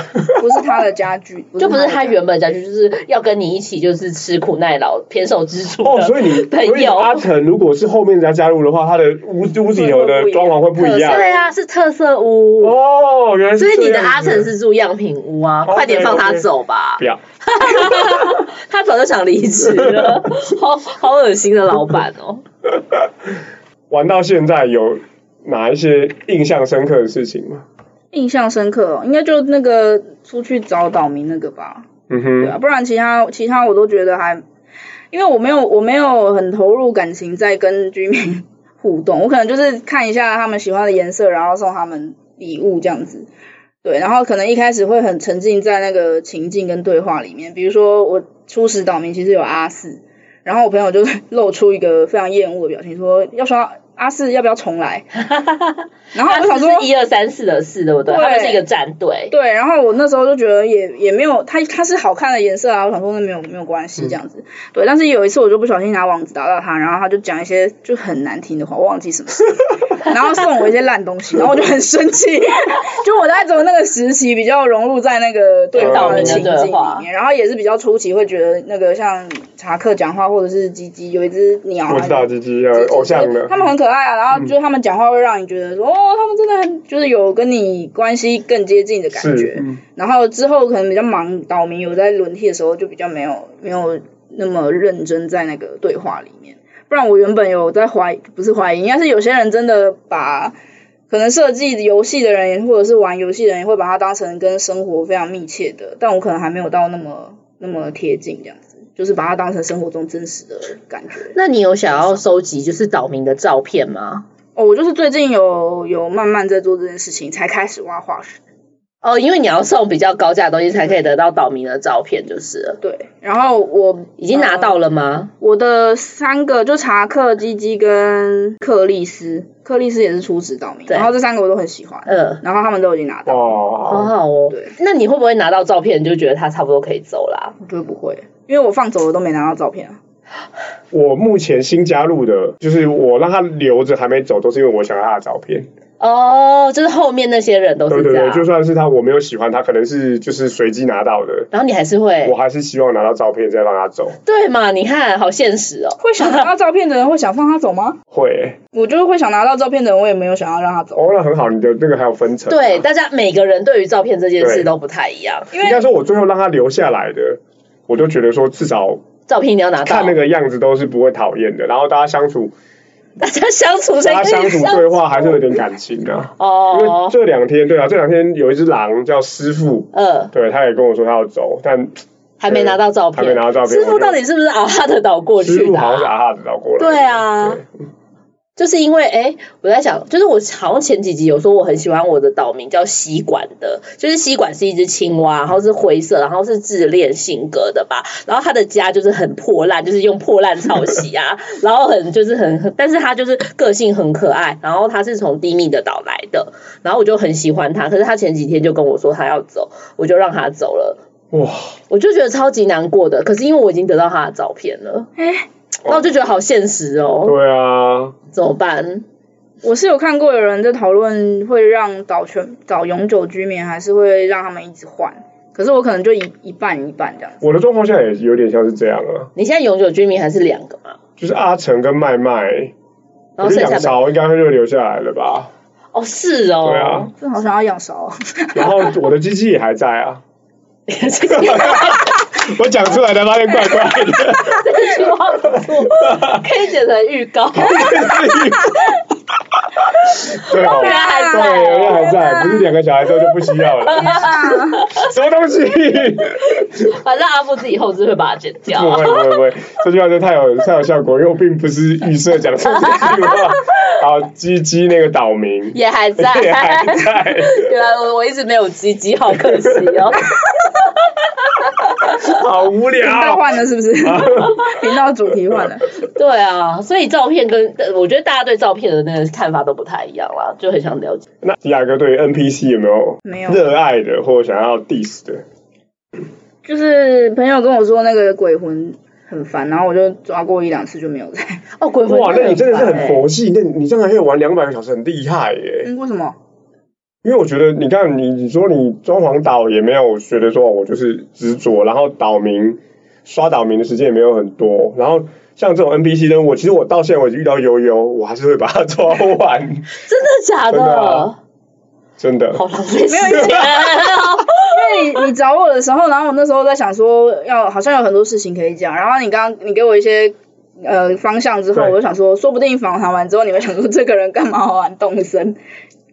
C: 不是他的家具，
B: 就不是
C: 的
B: 他
C: 家
B: 原本家具，就是要跟你一起就是吃苦耐劳、偏手知足
A: 哦，
B: 的
A: 所以你
B: 朋
A: 所以
B: 友
A: 阿腾如果是后面人家加入的话，他的屋屋顶楼的装潢会不一样。
B: 对啊，是特色屋。
A: 哦，原来是
B: 所
A: 这样子
B: 以
A: 哦
B: 你的阿成是住样品屋啊，
A: OK，
B: 快点放他
A: OK
B: 走吧
A: 不，要，
B: 他早就想离职 了，好好恶心的老板哦。
A: 玩到现在有哪一些印象深刻的事情吗？
C: 印象深刻哦，应该就那个出去找岛民那个吧，
A: 嗯
C: 对啊，
A: 哼，
C: 不然其他其他我都觉得还，因为我没有我没有很投入感情在跟居民互动， 我可能就是看一下他们喜欢的颜色，然后送他们礼物这样子。对，然后可能一开始会很沉浸在那个情境跟对话里面，比如说我初始岛民其实有阿四，然后我朋友就露出一个非常厌恶的表情，说要说阿四要不要重来，然后我就
B: 他
C: 想
B: 是
C: 说
B: 一二三四的四，对不对？
C: 对
B: 他们是一个战队。
C: 对，然后我那时候就觉得也也没有，它它是好看的颜色啊，我想说那没有没有关系这样子。对，但是有一次我就不小心拿网子打到他，然后他就讲一些就很难听的话，我忘记什么事， 然后送我一些烂东西，然后我就很生气。 就我在走那个时期比较融入在那个对
A: 岛
C: 话
A: 民的
C: 的情
B: 对
C: 境
B: 话
C: 里面，然后也是比较初期会觉得那个像查克讲话或者是吉吉有一只鸟啊，
A: 我知道吉吉呃偶像的，嗯
C: 他们很可爱啊，然后就是他们讲话会让你觉得说，哦，他们真的很就是有跟你关系更接近的感
A: 是
C: 觉。
A: 嗯
C: 然后之后可能比较忙，岛民有在轮替的时候就比较没有没有那么认真在那个对话里面。不然我原本有在怀疑，不是怀疑，应该是有些人真的把可能设计游戏的人或者是玩游戏的人会把它当成跟生活非常密切的，但我可能还没有到那么那么贴近这样子，就是把它当成生活中真实的感觉。
B: 那你有想要收集就是岛民的照片吗？
C: 哦，我就是最近有有慢慢在做这件事情，才开始挖化石。
B: 哦，因为你要送比较高价的东西才可以得到岛民的照片，就是了
C: 对，然后我呃
B: 已经拿到了吗？
C: 我的三个就查克、基基跟克利斯，克利斯也是初始岛民，
B: 对
C: 然后这三个我都很喜欢，
B: 嗯，
C: 然后他们都已经拿到，
B: 好
A: 哦，
B: 好哦
C: 哦对。
B: 那你会不会拿到照片就觉得他差不多可以走啦？
C: 我觉得不会，因为我放走了都没拿到照片啊。
A: 我目前新加入的，就是我让他留着还没走，都是因为我想要他的照片。
B: 哦，就是后面那些人都
A: 对
B: 是啊
A: 对
B: 这
A: 对，
B: 样，
A: 就算是他我没有喜欢他，可能是就是随机拿到的，
B: 然后你还是
A: 我
B: 会
A: 还是希望拿到照片再让他走。
B: 对嘛？你看好现实哦。
C: 会想拿到照片的人会想放他走吗？
A: 会欸，
C: 我就是会想拿到照片的人，我也没有想要让他走，
A: 哦，那很好，你的那个还有分层。 啊
B: 对，大家每个人对于照片这件事
A: 对
B: 都不太一样，
C: 因
A: 应该
C: 为
A: 说，我最后让他留下来的，我就觉得说，至少
B: 照片一定要拿到
A: 看。那个样子都是不会讨厌的。然后大家相处，
B: 大家相处才
A: 大家
B: 可
A: 相
B: 以
A: 处对话还是有点感情的、因为
B: 哦，
A: 这两天，对啊，这两天有一只狼叫师傅，
B: 呃，
A: 对，他也跟我说他要走，但
B: 还没拿到照片，
A: 还没拿到照片
B: 哦师
A: 我
B: 傅
A: 就
B: 到底是不是熬哈特岛过
A: 师
B: 去
A: 傅
B: 的、
A: 好像是
B: 啊？
A: 阿哈指导过来的。
B: 对啊
A: 对，
B: 就是因为哎、诶我在想，就是我好像前几集有说我很喜欢我的岛名叫吸管的，就是吸管是一只青蛙，然后是灰色，然后是自恋性格的吧，然后它的家就是很破烂，就是用破烂抄袭啊， 然后很就是很，但是它就是个性很可爱，然后它是从低密的岛来的，然后我就很喜欢它，可是它前几天就跟我说它要走，我就让它走了。
A: 哇，
B: 我就觉得超级难过的。可是因为我已经得到他的照片了，
C: 哎，
B: 那我就觉得好现实哦，
A: 对啊，
B: 怎么办？
C: 我是有看过有人在讨论会让岛全岛永久居民，还是会让他们一直换，可是我可能就一一半一半这样子。
A: 我的状况现在也有点像是这样啊，
B: 你现在永久居民还是两个嘛？
A: 就是阿成跟麦麦，
B: 然
A: 我
B: 后
A: 觉得
B: 剩下
A: 杨
B: 的
A: 超应该会就留下来了 吧？
B: 哦是哦，
A: 对啊，
C: 真的 好想要养勺哦。
A: 然后我的机器也还在啊。
B: 这个
A: 我讲出来才发现怪怪 的。
B: 希望不错， 可以剪成预 告。
A: 啊对哦，
B: 原来还在
A: 对，原来还在，不是两个小孩之后就不需要了， 什么东西？
B: 反正阿布自己后置会把它剪掉
A: 不。会不会不会，这句话就太有太有效果，因为我并不是预设讲出这句话。好，鸡鸡那个岛民
B: 也还在，
A: 也还在，
B: 原来我我一直没有鸡鸡，好可惜 哦。
A: 好无
C: 频道
A: 聊。
C: 换了是不是？
B: 啊
C: 频道主题换了，
B: 对啊，所以照片跟呃我觉得大家对照片的那个看法都不太一样啦，就很想了解。
A: 那迪亚哥对于 NPC 有没有
C: 没有。
A: 热爱的或想要 diss 的？
C: 就是朋友跟我说那个鬼魂很烦，然后我就抓过一两次就 没有再。
B: 哦，鬼魂
A: 哇，那你真的是很
B: 佛。
A: 佛系，那你这样还可以玩两百个小时，很厉害耶。
C: 嗯，为什么？
A: 因为我觉得，你看你你说你装潢岛也没有觉得说哦我就是执着，然后岛民刷岛民的时间也没有很多，然后像这种 NPC 任务，其实我到现在我遇到悠悠，我还是会把它抓完，
B: 真的假的？
A: 真的啊真的。
B: 好浪费时
C: 没有
B: 间哦。
C: 因为你你找我的时候，然后我那时候在想说要好像有很多事情可以讲，然后你刚你给我一些。呃，方向之后，
A: 对
C: 我就想说，说不定访谈完之后，你们想说这个人干嘛好玩动身？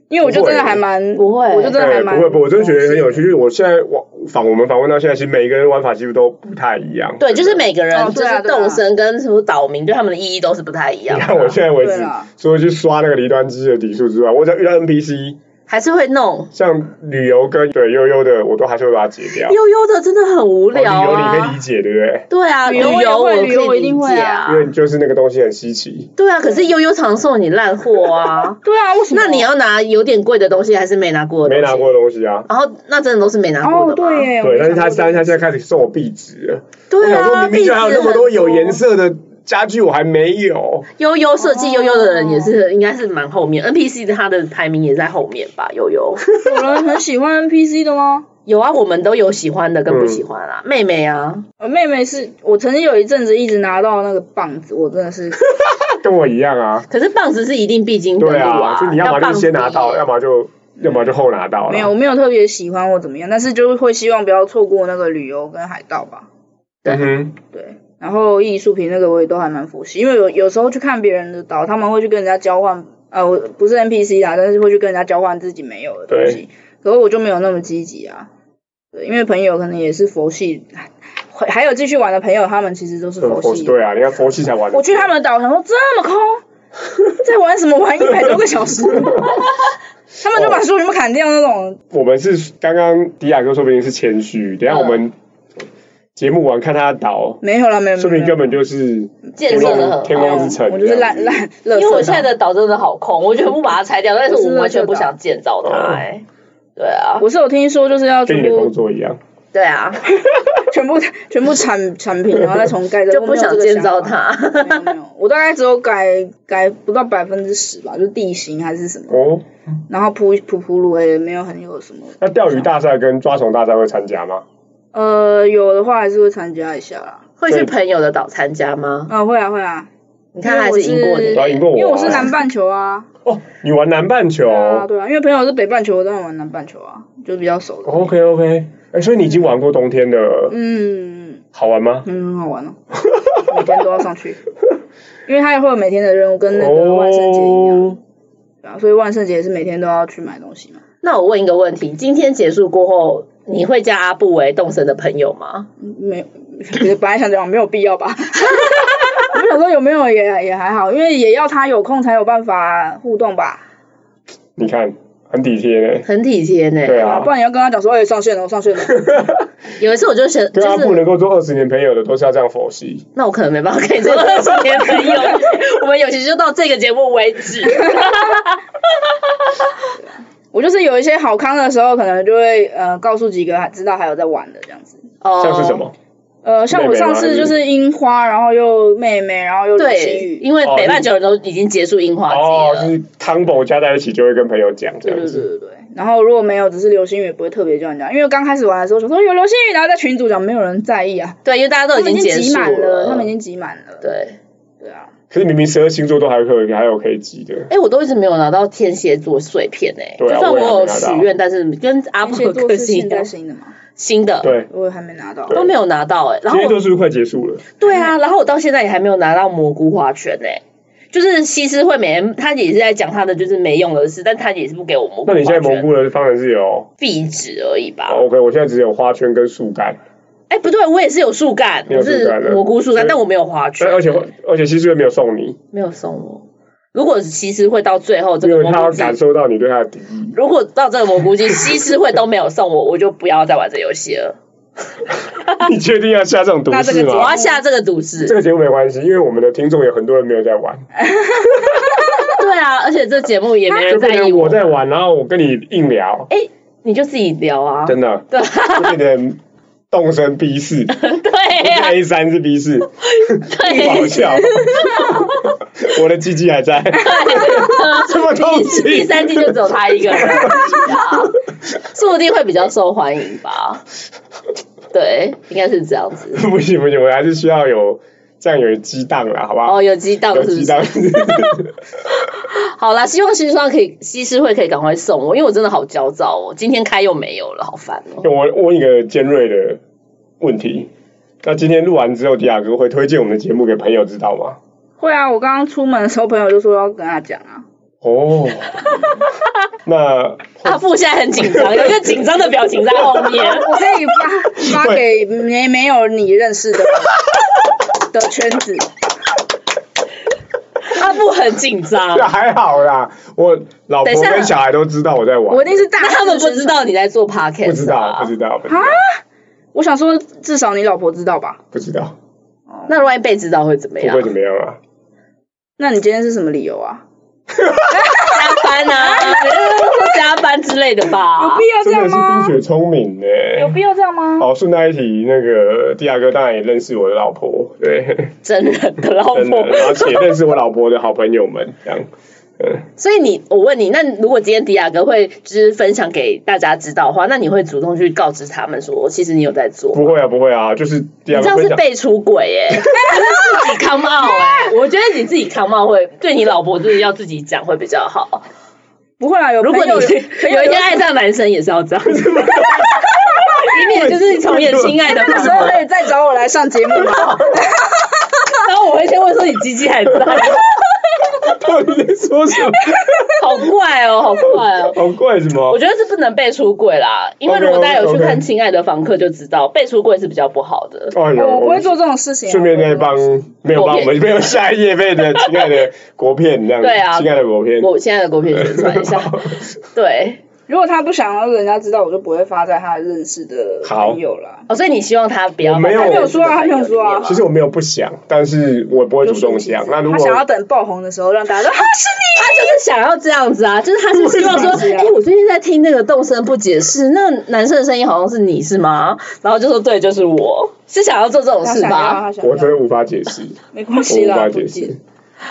C: 因为我就真的还 蛮
B: 不会
C: 我就真的还
A: 对，
C: 蛮
A: 不会不会，我真的觉得很有趣。就是我现在网访我们访问到现在，其实每一个人玩法几乎都不太一样。
B: 对，就是每个人
C: 哦
B: 就
C: 对啊
B: 是
C: 对啊
B: 动身跟什么岛民，对他们的意义都是不太一样
A: 你
B: 的。
A: 看我现在为
C: 对
A: 止
C: 啦，
A: 除了去刷那个离端机的底数之外，我只要遇到 NPC，
B: 还是会弄。
A: 像旅游跟对悠悠的，我都还是会把它解掉。
B: 悠悠的真的很无聊
A: 旅游哦你可以
B: 啊
A: 理。解，对不对？
B: 对啊，
C: 旅
B: 旅
C: 游我也
B: 游
C: 会
B: 可
C: 旅游我
B: 以
C: 一定
B: 理
C: 会
B: 解
C: 啊。
A: 因为就是那个东西很稀奇。
B: 对啊，可是悠悠常送你烂货啊
C: 对啊，为什么？
B: 那你要拿有点贵的东西，还是没拿过的？
A: 没拿。过的东西啊。
B: 然后那真的都是没拿过的
C: 哦，
B: 吧
C: 对耶，
A: 对，但是他
C: 三
A: 但是他现在开始送我壁纸了。我
B: 对
A: 想说
B: 啊，
A: 明明就还有那么多有颜
B: 壁纸很多。
A: 色的家具，我还没有。
B: 悠悠设计悠悠的
C: 哦
B: 人也是，应该是蛮后面，NPC 的他的排名也在后面吧。悠悠
C: 有人很喜欢 NPC 的吗？
B: 有啊，我们都有喜欢的跟不喜欢
A: 嗯
B: 啊。妹妹啊，
C: 我呃妹妹是我曾经有一阵子一直拿到那个棒子，我真的 是
A: 跟我一样啊。
B: 可是棒子是一定必经的路
A: 对啊，就你要么就
B: 棒子
A: 先拿到，要么就要么就后拿到了。
C: 没有，我没有特别喜欢或怎么样，但是就会希望不要错过那个旅游跟海盗吧。
A: 嗯哼，
C: 对，然后艺术品那个我也都还蛮佛系，因为有有时候去看别人的岛，他们会去跟人家交换，呃，我不是 NPC 啦，但是会去跟人家交换自己没有的东西，可是我就没有那么积极啊。对，因为朋友可能也是佛系，还还有继续玩的朋友，他们其实都是
A: 对
C: 佛
A: 佛系
C: 系。
A: 对啊，你看佛系才玩。
C: 我 去他们的岛，想说这么空， 在玩什么玩一百多个 小时？他
A: 哦
C: 们就把树全部砍掉那种，
A: 我们是刚刚迪亚哥说不定是谦虚，等一下
B: 嗯
A: 我们节目完看他的岛，
C: 没有了，没有，没有
A: 说
C: 没有哦
A: 明根本就是
B: 建设的很
A: 天
B: 好
A: 空。之城
C: 我就是烂烂，因
B: 因为我现在的岛真的好空，我全部把它拆掉，但是我完全不想建造
A: 哦
B: 它、哎，对啊，
C: 我是有听说就是要
A: 跟
C: 全
A: 你的工
C: 部
A: 作一样。
B: 对 啊，
C: 全部全部铲铲平，然后再重盖，
B: 就不想建造
C: 它。
B: 它。
C: 没有没有，我大概只有改改不到百分之十吧，就地形还是什么，
A: 哦，
C: 然后铺铺铺路也没有很有什么。
A: 那钓鱼大赛跟抓虫大赛会参加吗？
C: 呃，有的话还是会参加一下啦。
B: 会去朋友的岛参加吗？
C: 嗯、会啊会啊，
B: 你看还是赢过你
C: 因为
A: 我要赢过我啊。
C: 因为我是南半球啊，
A: 哦，你玩南半球。
C: 对啊对啊，因为朋友是北半球，我当然玩南半球啊，就比较熟的。
A: OK OK，哎、所以你已经玩过冬天的了，
C: 嗯，
A: 好玩吗？
C: 嗯，很好玩哦，每天都要上去，因为它也会有每天的任务，跟那个万圣节一样。
A: 哦，
C: 对啊，所以万圣节是每天都要去买东西嘛。
B: 那我问一个问题：今天结束过后，你会加阿布为动身的朋友吗？
C: 嗯没，本来想讲没有必要吧。 我想说有没有也也还好，因为也要他有空才有办法互动吧，
A: 你看很体贴嘞、
B: 很体贴呢、
A: 对
C: 啊，
A: 啊
C: 不，然你要跟他讲说，哎、上线了，上线了。
B: 有一次我就想，就
A: 跟啊阿布
B: 是
A: 能够做二十年朋友的，都是要这样佛系。
B: 那我可能没办法跟你做二十年朋 友，我们有些就到这个节目为止。
C: 我就是有一些好康的时候，可能就会呃告诉几个还知道还有在玩的这样子。
B: 哦，
A: 像是什？么？
C: 呃，像我上次就是樱花，然后又妹妹，然后又流星
B: 对，
C: 雨。
B: 因为北半球人都已经结束樱花季
A: 哦，
B: 了。
A: 就是 combo 加在一起就会跟朋友讲这
C: 对
A: 样
C: 对
A: 子。
C: 对对对，然后如果没有，只是流星雨也不会特别叫人家，因为刚开始玩的时候想说有流星雨，然后在群主讲，没有人在意啊，
B: 对，因为大家都
C: 他
B: 已
C: 们已
B: 经
C: 经
B: 结
C: 挤
B: 束
C: 满了，他们已经挤满了。
B: 对。
C: 对啊，
A: 可是明明十二星座都还有可以，还有可以集的。
B: 哎、我都一直没有拿到天蝎座碎片哎、
A: 对啊
B: 就算
A: 我也没
B: 有
A: 拿
B: 许
A: 到
B: 愿，但是跟阿
C: 天
B: 布
C: 蝎
B: 的
C: 座
B: 个
C: 是
B: 性一
C: 现
B: 样
C: 在新的吗？
B: 新的，
A: 对，
C: 我也还没拿到。
A: 对
B: 都没有拿到哎、然
A: 今
B: 后
A: 天
B: 我
A: 都是快结束了，
B: 对啊，然后我到现在也还没有拿到蘑菇花圈呢、就是西施会每天，他也是在讲他的就是没用的事，但他也是不给我蘑菇
A: 那
B: 花
A: 你现在蘑
B: 圈，
A: 菇的方程是有
B: 壁纸而已吧。
A: 哦，OK，我现在只有花圈跟树干，
B: 哎、不对，我也是有树干，
A: 你有
B: 我
A: 树干
B: 是
A: 的
B: 蘑菇树干，
A: 对
B: 但我没有花圈，
A: 但而且而且西施又没有送你，
B: 没有送我。如果西施会到最后这
A: 因
B: 个
A: 为
B: 蘑
A: 他要
B: 菇季，
A: 感受到你对他的敌意。
B: 如果到这个蘑菇季，西施会都没有送我，我就不要再玩这游戏了。
A: 你确定要下这种毒
C: 那这个
A: 誓
B: 我
A: 吗
C: 节？
B: 要下这个啊赌
A: 这
B: 誓。
A: 个节目没关系，因为我们的听众有很多人没有在玩，
B: 对啊，而且这节目也没
A: 就
B: 人在
A: 变
B: 意
A: 成我在玩，然后我跟你硬 聊，
B: 你就自己聊啊。
A: 真的，
B: 对
A: 就变成动身逼视，
B: 对呀、
A: A 三是逼视，
B: 对，
A: 好 笑，我的鸡鸡还在，这么痛
B: 第 第
A: 气，
B: 三季就只有他一个 人而已啊，说不定会比较受欢迎吧。对，应该是这样子。
A: 不行不行，我还是需要有这样有激荡啦，好不好？
B: 哦，有激荡
A: 有
B: 是不
A: 激
B: 是？
A: 荡，
B: 好啦，希望西施上可以西施会可以赶快送我，因为我真的好焦躁哦，今天开又没有了，好烦哦。
A: 我问一个尖锐的问题，那今天录完之后，迪亚哥会推荐我们的节目给朋友知道吗？
C: 会啊，我刚刚出门的时候，朋友就说要跟他讲啊。
A: 哦， 那
B: 阿富现在很紧张，有一个紧张的表情在后 面。
C: 我可以发发给没没有你认识 的的圈子，
B: 阿富很紧张
A: 这，还好啦，我老婆
B: 等一下
A: 跟小孩都知道我在玩，
C: 我一定是大
B: 那他们不知
C: 道。
B: 道你在做 podcast，
A: 不知道，
B: 啊
A: 不知道，不知道，
C: 我想说，至少你老婆知道吧？
A: 不知道，
B: 那万一被知道会怎么
A: 不
B: 样
A: 会？怎么样啊？
C: 那你今天是什么理由啊？
B: 加班啊， 加班之类啊的吧。
C: 要
A: 真的是滴？血聪明呢。
C: 必要这样吗？
A: 好，顺带一提，那个迪亚哥当然也认识我的老婆，对，
B: 真人的老
A: 真的，
B: 婆。
A: 而且认识我老婆的好朋友们，这样，嗯，
B: 所以你，我问你，那如果今天迪亚哥会就是分享给大家知道的话，那你会主动去告知他们说，其实你有在做？
A: 不会啊，不会啊，就是迪亚
B: 你
A: 哥
B: 这样
A: 分
B: 是
A: 享，
B: 被出轨耶、欸，不是自己 come out 哎、我觉得你自己 come out 会对你老婆就是要自己讲会比较好。
C: 不会啦，啊有
B: 如
C: 朋
B: 果你
C: 友
B: 是有一天爱上男生，也是要这样子，以免就是重演亲爱的
C: 那
B: 房
C: 时候
B: 门。
C: 可以再找我来上节目 吗？
B: 然后我会先问说你鸡鸡还在，
A: 到底在说什么？
B: 好怪哦，好 怪哦。
A: 好怪什么
B: 我？觉得这不能被出柜啦，因为如果大家有去看《亲爱的房客》就知道，被出柜是比较不好的。
A: 哎呦，
C: 我不会做这种事情啊。
A: 顺便
C: 我不
A: 再
C: 会做
A: 帮没有帮我们没有下夜辈的亲爱的国片这样，
B: 对啊
A: 亲爱的国片，
B: 我现在的国片宣传一 下，对，
C: 如果他不想要人家知道，我就不会发在他认识的
A: 好
C: 朋友啦。
B: 哦，所以你希望他不要
A: 我没有
B: 放
A: 他
B: 在
A: 没有
C: 说啊
B: 你的朋友
C: 他没有说啊
B: 里面吗
A: 其实我没有不想，但是我不会主动想。那如
C: 他
A: 果
C: 想要等爆红的时候，让大家说啊是你。
B: 他就是想要这样子啊，就是他是希望说，
C: 是啊
B: 哎、我最近在听那个动声不解释，那个男生的声音好像是你是吗？然后就说对，就是我，是想要做这 种
C: 他
B: 事
C: 想要，
B: 吧？
C: 他想
A: 我真
C: 要，
A: 的无法解释
C: 没关系
A: 我无
C: 啦，
A: 法
C: 不
A: 解
C: 记
A: 释。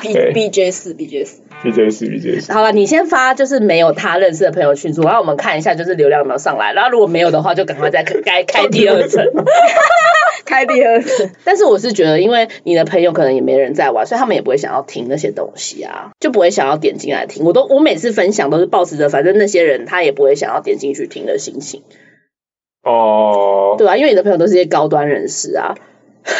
C: B
A: 对
C: B J 四 B J 四，
A: B J 四 B J 四，
B: 好了，你先发就是没有他认识的朋友群组，然后我们看一下就是流量有没有上来，然后如果没有的话，就赶快再该开第二层。
C: 开第二次。
B: 但是我是觉得，因为你的朋友可能也没人在玩，所以他们也不会想要听那些东西啊，就不会想要点进来听。我都我每次分享都是保持着，反正那些人他也不会想要点进去听的心情，
A: 哦，
B: 对啊，因为你的朋友都是一些高端人士啊，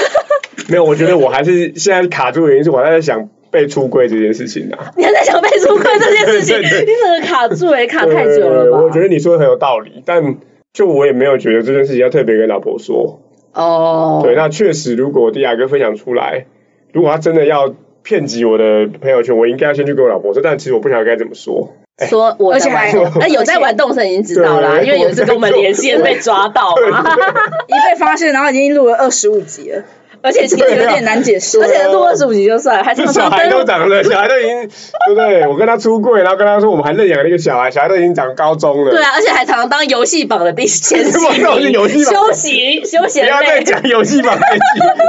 A: 没有，我觉得我还是现在卡住的原因是我还在想被出柜这件事情啊。
B: 你还在想被出柜这件事情，
A: 对对
B: 你整个卡住也、卡啊太久了
A: 对
B: 吧？
A: 我觉得你说的很有道理，但就我也没有觉得这件事情要特别跟老婆说。
B: 哦，
A: 对，那确实，如果迪亚哥分享出来，如果他真的要骗及我的朋友圈，我应该要先去跟我老婆说，但其实我不晓得该怎么说。
B: 说我在
C: 而
B: 玩
C: 且还，
B: 那有在玩动森已经知道啦，
A: 对
B: 因为有一次跟我们联系也是被抓到嘛，
C: 一被发现，然后已经录了二十五集了，
B: 而
A: 啊
B: 且其实
C: 有点难解释。
B: 而且录二十五集就算了，还
A: 这
B: 常
A: 小
B: 常
A: 孩
B: 登录
A: 都长 了，
B: 啊
A: 小孩都已经对不对？我跟他出柜，然后跟他说我们还认养了一个小孩，小孩都已经长高中了。
B: 对啊，而且还常常当游戏榜的 第前几
A: 我告诉你游
B: 名，
A: 戏榜
B: 休息休闲
A: 不要再
B: 类。
A: 讲游戏吧，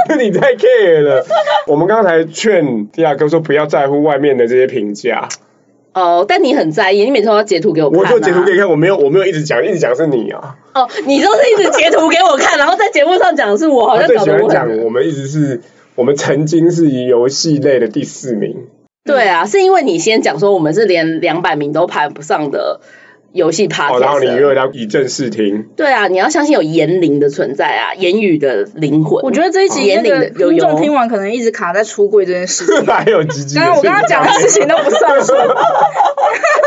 A: 那 你太 care 了。我们刚才劝迪亚哥说不要在乎外面的这些评
B: 啊
A: 价，
B: 哦，但你很在意，你每次都要截图给我看、啊。
A: 我就截图给你看，我没有我没有一直讲，一直讲是你啊。
B: 哦，你都是一直截图给我看，然后在节目上讲，是我好像
A: 最
B: 搞
A: 喜
B: 得
A: 欢
B: 我
A: 讲
B: 很
A: 我们一直是我们曾经是游戏类的第四名，
B: 对啊，是因为你先讲说我们是连两百名都排不上的游戏 p a
A: 哦，然后你约人家以正视听，
B: 对啊，你要相信有言灵的存在啊，言语的灵魂。
C: 我觉得这一集
B: 言
C: 那
B: 灵
C: 个
B: 的有
C: 听众听
B: 有。
C: 完可能一直卡在出柜这件事 情。
A: 还有鸡鸡的
C: 刚刚我刚刚讲的事情都不算 数，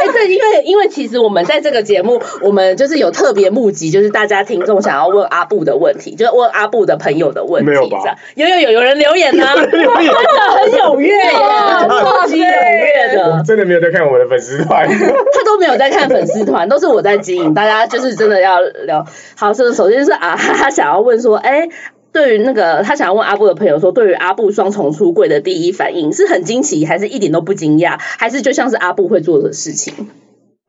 B: 哎，对，因为因为其实我们在这个节目，我们就是有特别募集，就是大家听众想要问阿布的问题，就是问阿布的朋友的问题，
A: 没
B: 这
A: 有吧
B: 样有有有有人留言呢、啊
A: 事情
B: 很踊跃耶，
C: 哇
B: 超级踊 跃
A: 我
B: 的
A: 们。真的没有在看我们的粉丝团。
B: 他都没有在看粉丝团，都是我在经营。大家就是真的要聊。好，这首先是啊，他想要问说，哎、对于那个他想要问阿布的朋友说，对于阿布双重出柜的第一反应是很惊奇，还是一点都不惊讶，还是就像是阿布会做的事情？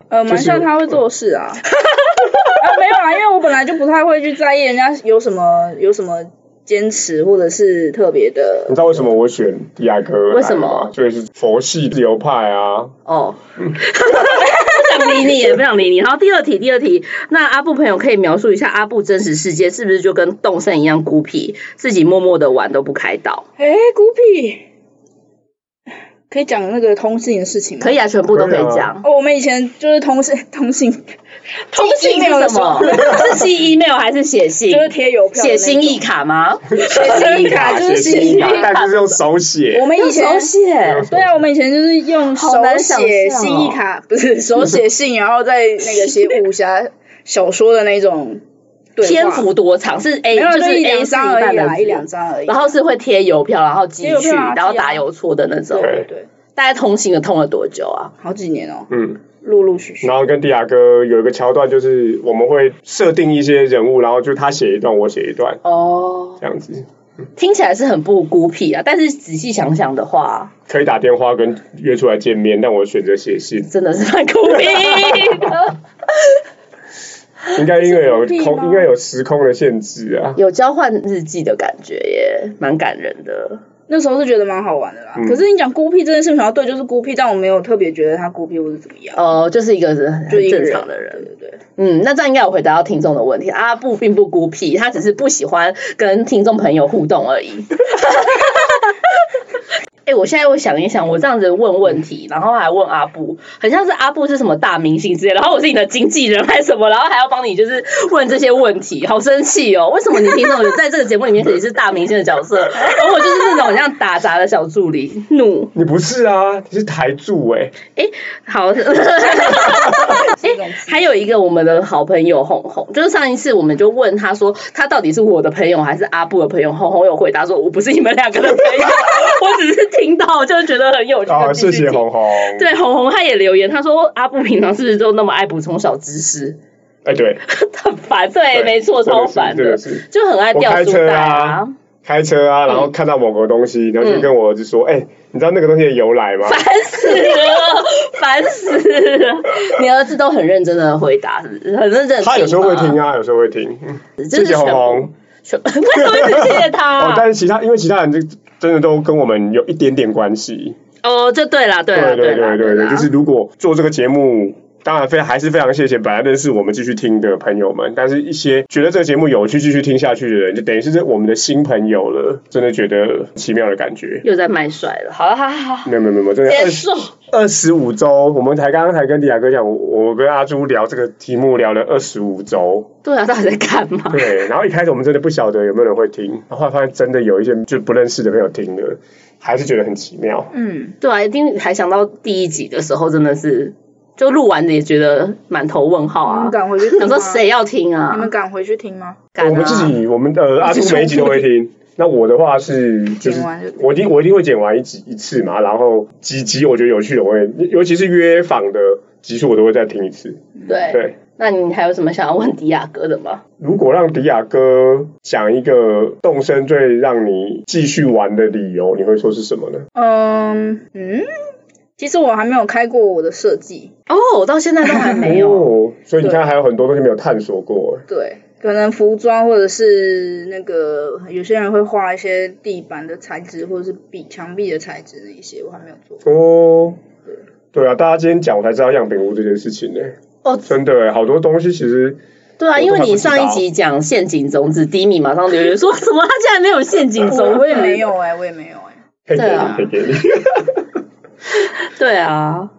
C: 呃，蛮像他会做事 啊。啊，没有啊，因为我本来就不太会去在意人家有什么有什么坚持或者是特别的
A: 你知道为什么我选雅各？
B: 为什么？
A: 所以是佛系自由派啊。
B: 哦，不想理你，也不想理你。好，第二题，第二题，那阿布朋友可以描述一下阿布真实世界是不是就跟动森一样孤僻，自己默默的玩都不开导？
C: 哎，孤僻，可以讲那个通信的事情吗？
B: 可以啊，全部都可
A: 可
B: 以
A: 以啊
B: 讲。
C: 哦，我们以前就是通信通信，
B: 通信是什么？是寄 email 还是写信？
C: 就是贴邮票的
B: 写
C: 那
B: 心
C: 种，
B: 意卡吗？
C: 写信卡就是
A: 写
C: 信
A: 信
C: 义
A: 卡，
C: 卡。
A: 但是用手写
C: 我。们以前
B: 手写，
C: 对啊，我们以前就是用手
B: 好难想象
C: 写
B: 哦
C: 信义卡， 不是手写信，然后再那个写武侠小说的那种对话
B: 篇幅多长？是 A
C: 没有，
B: 就是
C: 一
B: A
C: 两
B: 四
C: 张而
B: 半
C: 已
B: 的
C: 啦，
B: 纸
C: 一两张而已。啊
B: 然后是会贴邮票，然后寄
C: 贴邮
B: 去，
C: 票啊
B: 然后
C: 寄啊
B: 打邮戳的那种
C: 对。对对，
B: 大概通行了通了多久啊？
C: 好几年哦，
A: 嗯，
C: 陆陆续续。
A: 然后跟迪亚哥有一个桥段，就是我们会设定一些人物，然后就他写一段，我写一段，
B: 哦，
A: 这样子
B: 听起来是很不孤僻啊，但是仔细想想的话，
A: 可以打电话跟约出来见面，但我选择写信，
B: 真的是蛮孤僻的。
C: 啊
A: 应该因为有
C: 是孤僻吗
A: 空，应该有时空的限制啊。
B: 有交换日记的感觉耶，蛮感人的。
C: 那时候是觉得蛮好玩的啦。
A: 嗯
C: 可是你讲孤僻这件事情，好像对，就是孤僻，但我没有特别觉得他孤僻或是怎么样，
B: 哦，就是一个很
C: 就
B: 很
C: 一个
B: 正常的人。
C: 对对对，
B: 嗯，那这样应该有回答到听众的问题。阿布并不孤僻，他只是不喜欢跟听众朋友互动而已。 哎、我现在又想一想，我这样子问问题，然后还问阿布，很像是阿布是什么大明星之类，然后我是你的经纪人还是什么，然后还要帮你就是问这些问题，好生气哦！为什么你听众在这个节目里面可以是大明星的角色，而我就是那种很像打杂的小助理？怒！
A: 你不是啊，你是台柱哎、
B: 好。
C: 是这种词
B: 还有一个我们的好朋友红红，就是上一次我们就问他说，他到底是我的朋友还是阿布的朋友？红红有回答说，我不是你们两个的朋友，我只是听到就觉得很 有趣。
A: 哦，谢谢
B: 红。
A: 红红。
B: 对，红红他也留言，他说阿布平常是不是都那么爱补充小知识，
A: 哎、对，
B: 很烦。对，没错，
A: 真的
B: 超
A: 是
B: 烦
A: 真
B: 的
A: 的，是
B: 就很爱掉
A: 我开
B: 书
A: 车
B: 袋
A: 啊。开车啊，然后看到某个东西，然后就跟我儿子说：“哎、你知道那个东西的由来吗
B: 嗯烦死了，烦死了！你儿子都很认真的回答，是不是很认真？”。
A: 他有时候会听，啊，有时候会听。嗯
B: 就
A: 谢
B: 是
A: 谢
B: 全
A: 红
B: 部
A: 红。
B: 全为什么 只谢谢他啊、
A: 哦，但是其他因为其他人就真的都跟我们有一点点关系。
B: 哦，就对啦，对啊啦，
A: 对对
B: 啦，
A: 对对
B: 啦
A: 对，就是如果做这个节目。当然非还是非常谢谢本来认识我们继续听的朋友们，但是一些觉得这个节目有趣继续听下去的人，就等于是这我们的新朋友了，真的觉得奇妙的感觉。
B: 又在卖帅了。好了，好好好，
A: 没有没有没有没有，真的呃
B: 结
A: 二十
B: 束。
A: 二十五周，我们才刚刚才跟李亚哥讲，我我跟阿朱聊这个题目聊了二十五周，
B: 对啊，到底在干嘛？
A: 对，然后一开始我们真的不晓得有没有人会听，然后后来发现真的有一些就不认识的朋友听了，还是觉得很奇妙。
C: 嗯，
B: 对啊，一定还想到第一集的时候，真的是就录完的也觉得满头问号
C: 嗯你
B: 啊
C: 们，敢回去听吗？
B: 想说谁要听
C: 你
B: 啊
C: 们？敢回去听吗？
B: 敢啊
A: 我们自己，我们呃，阿朱每一集都会听。那我的话是，就是
C: 剪完就
A: 我一定我一定会剪完一集一次嘛，然后几集我觉得有趣的，我会尤其是约访的集数，我都会再听一次。
B: 对。
A: 对，
B: 那你还有什么想要问迪亚哥的吗？
A: 如果让迪亚哥讲一个动身最让你继续玩的理由，你会说是什么呢？
C: 嗯嗯，其实我还没有开过我的设计，
B: 哦，我到现在都还没有。
A: 哦，所以你
C: 对
A: 看还有很多东西没有探索过。
C: 对，可能服装或者是那个有些人会画一些地板的材质或者是壁墙壁的材质那一些，我还没有做过。
A: 哦，对啊，大家今天讲我才知道样品屋这件事情呢、
B: 哦
A: 真的、欸，好多东西其实
B: 对啊，
A: 我都
B: 因为
A: 还不
B: 你
A: 知道
B: 上一集讲陷阱种子，低迷马上留 言说什么他竟然没有陷阱种子，
C: 我也没。 有哎、我也没有哎、
B: 啊
A: 可以给
B: 对
A: 你
B: 啊，
A: 可以给你。
B: 对啊，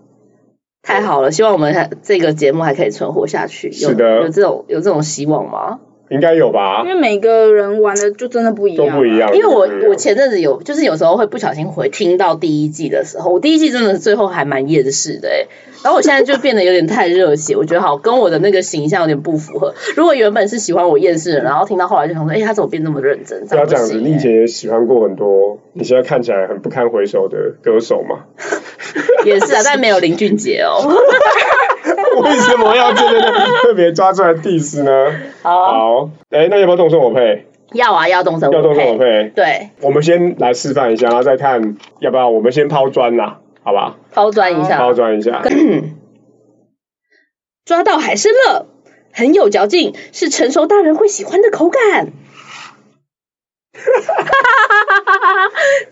B: 太好了，希望我们还这个节目还可以存活下去。有
A: 是的
B: 有这种有这种希望吗？
A: 应该有吧
C: 因？为每个人玩的就真的不一
A: 都
C: 样，
A: 不一。 样。
B: 啊因为我
A: 对
B: 我前阵子有，就是有时候会不小心回听到第一季的时候，我第一季真的最后还蛮厌世的哎、然后我现在就变得有点太热血，我觉得好跟我的那个形象有点不符合。如果原本是喜欢我厌世的人，然后听到后来就想说，哎、他怎么变那么认真？
A: 不要这样子，
B: 不行欸
A: 你以前也喜欢过很多，你现在看起来很不堪回首的歌手 嘛？
B: 也是啊，但没有林俊杰哦。
A: 为什么要这边特别抓出来 diss 呢？
B: 好啊，
A: 好，哎、那要不要动身我配？
B: 要啊，要动手，
A: 要动身我配。
B: 对，
A: 我们先来示范一下，然后再看要不要我们先抛砖啦，好吧？
B: 抛砖一下
A: 抛，砖一下，
B: 抓到海参了，很有嚼劲，是成熟大人会喜欢的口感。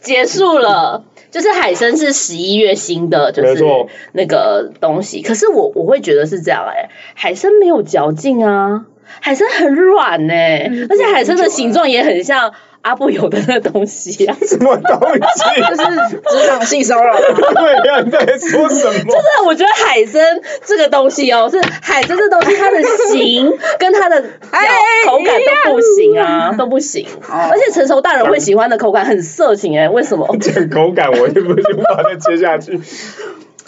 B: 结束了，就是海参是十一月新的，就
A: 没
B: 是
A: 错
B: 那个东西。可是我我会觉得是这样哎、海参没有嚼劲啊，海参很软哎、
C: 嗯
B: 而且海参的形状也很像阿布有的那东西啊。
A: 什么东 西？
C: 这是职场性骚扰，
A: 对呀，你在说什么？
B: 但我觉得海参这个东西哦，是海参这东西，它的形跟它的
C: 哎
B: 咬口感都不行啊，都不行。
C: 哦
B: 而且成熟大人会喜欢的口感很色情哎、为什么？
A: 这个口感我就不就无法再接下 去。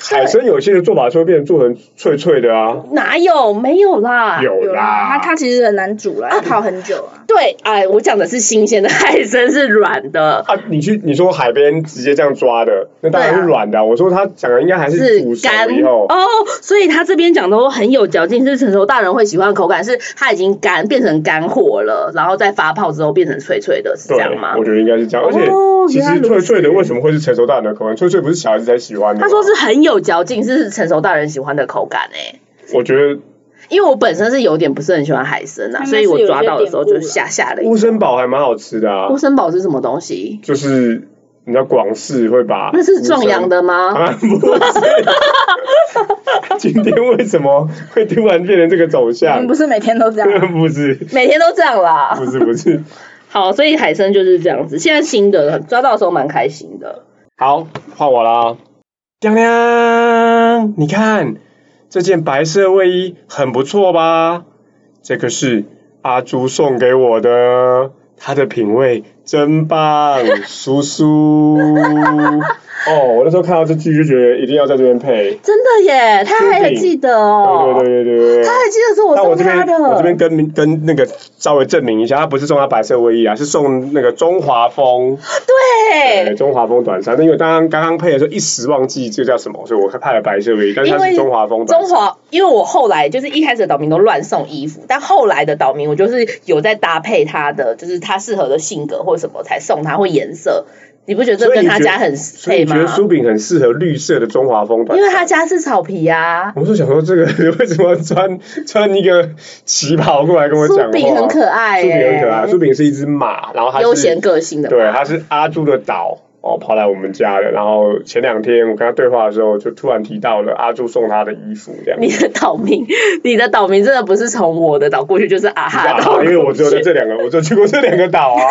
A: 海参有些的做法是会变成做成脆脆的啊，
B: 哪有？没啊有啦。
A: 有
C: 有啦，它它其实很难煮啦，要泡很久啊。
B: 对，哎，我讲的是新鲜的 海参是软的，
A: 啊，你去你说海边直接这样抓的，那当然
B: 对啊
A: 是软的啊、我说他讲的应该还
B: 是
A: 煮熟
B: 干
A: 以后，
B: 哦，所以他这边讲的都很有嚼劲，是成熟大人会喜欢的口感，是它已经干变成干货了，然后再发泡之后变成脆脆的，是这
A: 对
B: 样吗，
A: 我？觉得应该是这样。而且
B: 哦
A: 其
B: 原来
A: 实
B: 如
A: 脆
B: 此
A: 脆的为什么会是成熟大人的口感？脆脆不是小孩子才喜欢的吗。
B: 他说是很有嚼劲，是成熟大人喜欢的口感哎、
A: 我觉得
B: 因为我本身是有点不是很喜欢海参啊，
C: 那
B: 所以我抓到的时候就吓吓了一
A: 乌
B: 跳。
A: 参堡还蛮好吃的啊
B: 乌，参堡是什么东西？
A: 就是你知道广式会把
B: 那是壮阳
A: 的
B: 的吗？
A: 啊，不是。 今天为什么会突然变成这个走
C: 我
A: 向
C: 们？不是每天都这 样，
A: 不是，
B: 每天都这样啦
A: 不。是，不是。
B: 好，所以海参就是这样子。现在新的抓到的时候蛮开心的。
A: 好，换我啦。亮亮，你看这件白色卫衣很不错吧？这个是阿朱送给我的，他的品味真棒，叔 叔。哦，我那时候看到这句就觉得一定要在这边配。
B: 真的耶，他还
A: 确
B: 有
A: 定
B: 记得哦。
A: 对对对对对。
B: 他还记得是我
A: 但我
B: 送
A: 这
B: 他
A: 边
B: 的。
A: 我这边跟明跟那个稍微证明一下，他不是送他白色卫衣啊，是送那个中华风。对，
B: 对，
A: 哎中华风短衫，但因为刚刚刚刚配的时候一时忘记这个叫什么，所以我派了白色卫衣，但是
B: 因
A: 它
B: 为
A: 是中华风短
B: 中
A: 衫。
B: 华，因为我后来就是一开始的岛民都乱送衣服，但后来的岛民我就是有在搭配他的，就是他适合的性格或什么才送他，或颜色。你不觉得这
A: 所以
B: 跟
A: 你
B: 他
A: 觉
B: 家很
A: 所以
B: 配
A: 你
B: 吗
A: 觉？得苏炳很适合绿色的中华风短
B: 因
A: 衫？
B: 为他家是草皮啊。
A: 我就想说，这个 人为什么穿穿一个旗袍过来跟我讲话？
B: 苏炳很可爱
A: 苏炳
B: 耶
A: 很可爱。苏炳是一只马，然后它是
B: 悠闲个性的嘛，
A: 对，他啊是阿朱的岛哦，跑来我们家的。然后前两天我跟他对话的时候，就突然提到了阿朱送他的衣服这样。
B: 你的岛民，你的岛民真的不是从我的岛过去，就是啊哈
A: 啊
B: 岛过去，
A: 因为我只有在这两个，我就去过这两个岛啊。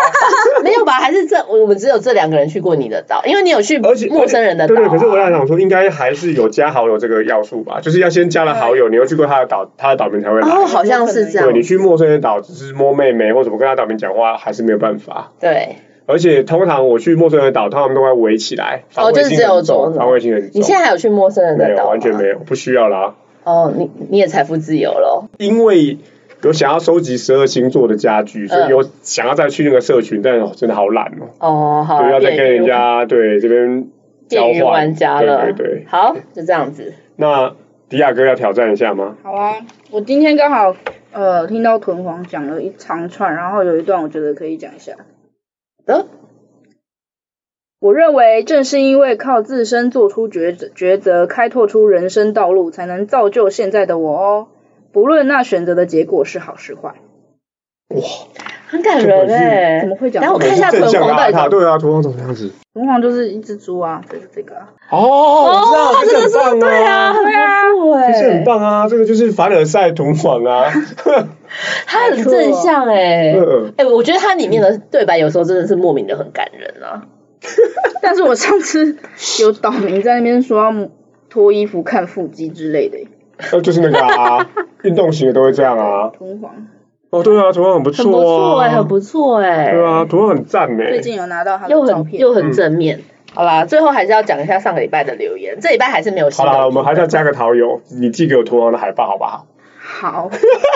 B: 没有吧？还是这我们只有这两个人去过你的岛，因为你有去
A: 而且
B: 陌生人的岛、
A: 对
B: 啊。
A: 对，可是我在想说，应该还是有加好友这个要素吧，就是要先加了好友，你又去过他的岛，他的岛民才会来。
B: 嗯哦，好像是这样
A: 对，你去陌生人岛只是摸妹妹或怎么跟他岛民讲话，还是没有办法。
B: 对，
A: 而且通常我去陌生人岛，通常都会围起来，防
B: 哦
A: 卫
B: 就是
A: 心
B: 只有
A: 很重
B: 走
A: 防卫心很重。
B: 你现在还有去陌生人
A: 没
B: 的
A: 有，
B: 岛？啊
A: 完全没
B: 有。
A: 有，不需要啦。
B: 哦，你你也财富自由了。
A: 因为有想要收集十二星座的家
B: 嗯
A: 具，所以有想要再去那个社群，但是哦真的好懒哦，
B: 哦，好，
A: 对，要再
B: 便于
A: 跟人家对这边交
B: 便于
A: 换
B: 玩家了。
A: 对对对。
B: 好，就这样子。
A: 那迪亚哥要挑战一下吗？
C: 好啊，我今天刚好呃听到屯皇讲了一长串，然后有一段我觉得可以讲一下。
B: 呃，
C: 我认为正是因为靠自身做出抉择，抉择开拓出人生道路，才能造就现在的我哦。不论那选择的结果是好是坏，
B: 很感人哎、
C: 怎么会讲
B: 然后我看一下
A: 正
B: 屯
A: 向
B: 皇
A: 的
B: 到
A: 阿
B: 底
A: 塔，
B: 怎么
A: 对啊，图王怎么样子？
C: 屯皇就是一只猪啊，就是这个啊。
A: 哦，我知道，
B: 哦，
A: 这
B: 这
A: 个
B: 个
A: 很棒
B: 是对啊，很
A: 啊，
B: 不错哎、
A: 这很棒啊，这个就是凡尔赛图王 啊，
B: 他很正向哎、
A: 嗯
B: 哎、我觉得它里面的对白有时候真的是莫名的很感人啊。
C: 但是我上次有岛民在那边说要脱衣服看腹肌之类的欸。
A: 那就是那个啊，运动型的都会这样啊。
C: 同黄
A: 哦，对啊，图案很不
B: 很不
A: 错
B: 错
A: 啊，
B: 哎、很不错哎、
A: 对啊，图案很赞呢。
C: 最近有拿到他的
B: 又
C: 照
B: 很
C: 片，
B: 又
A: 嗯
B: 很正面。好啦，最后还是要讲一下上个礼拜的留言，这礼拜还是没有新
A: 好
B: 的。
A: 啦，我们还是要加个桃友，你寄给我图王的海报好不好？
C: 好，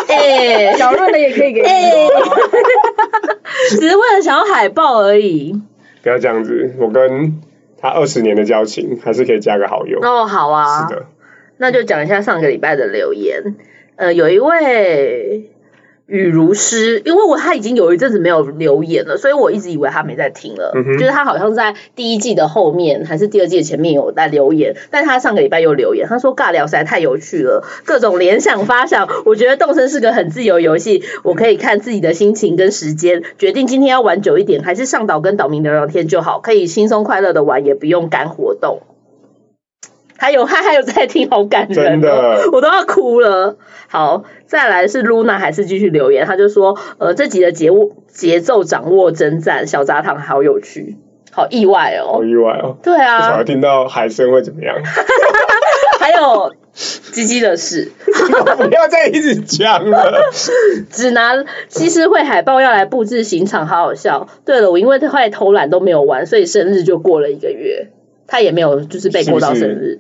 B: 哎、
C: 小润的也可 以给你哦。
B: 只是为了想要海报而已。
A: 不要这样子，我跟他二十年的交情，还是可以加个好友。
B: 哦，好啊，
A: 是的，
B: 那就讲一下上个礼拜的留言。呃，有一位雨如诗，因为我他已经有一阵子没有留言了，所以我一直以为他没在听了，
A: 嗯哼
B: 就是他好像在第一季的后面还是第二季的前面有在留言，但他上个礼拜又留言，他说尬聊实在太有趣了，各种联想发想，我觉得动身是个很自由游戏，我可以看自己的心情跟时间，决定今天要玩久一点，还是上岛跟岛民聊聊天就好，可以轻松快乐的玩，也不用赶活动。还有他还有在听，好感人、哦，
A: 真的
B: 我都要哭了。好，再来是 Luna 还是继续留言，他就说，呃，这集的节目节奏掌握真赞，小杂糖好有趣，好意外
A: 好
B: 哦。
A: 意外哦，
B: 对
A: 不晓
B: 啊
A: 得，听到海声会怎么样。
B: 还有鸡鸡的事，
A: 不要再一直讲了。
B: 只拿西施会海报要来布置刑场，好好笑。对了，我因为太偷懒都没有玩，所以生日就过了一个月，他也没有就是被过到生
A: 是不
B: 日。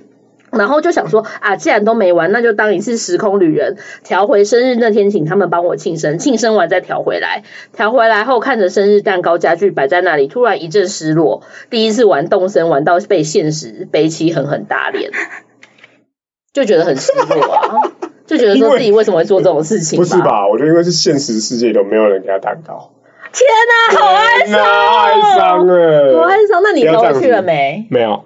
B: 然后就想说啊，既然都没玩，那就当一次时空旅人，调回生日那天，请他们帮我庆生，庆生完再调回来。调回来后，看着生日蛋糕家具摆在那里，突然一阵失落。第一次玩动身，玩到被现实背弃，狠狠打 脸，就觉得很失落啊，就觉得说自己为什么会做这种事 情？
A: 不是吧？我觉得因为是现实世界都没有人给他蛋糕，
B: 天哪、好哀伤、
A: 哀伤
B: 哦，
A: 哎，
B: 好哀伤。那你
A: 不要
B: 朋
A: 这样
B: 友
A: 子
B: 去了没？
A: 没有，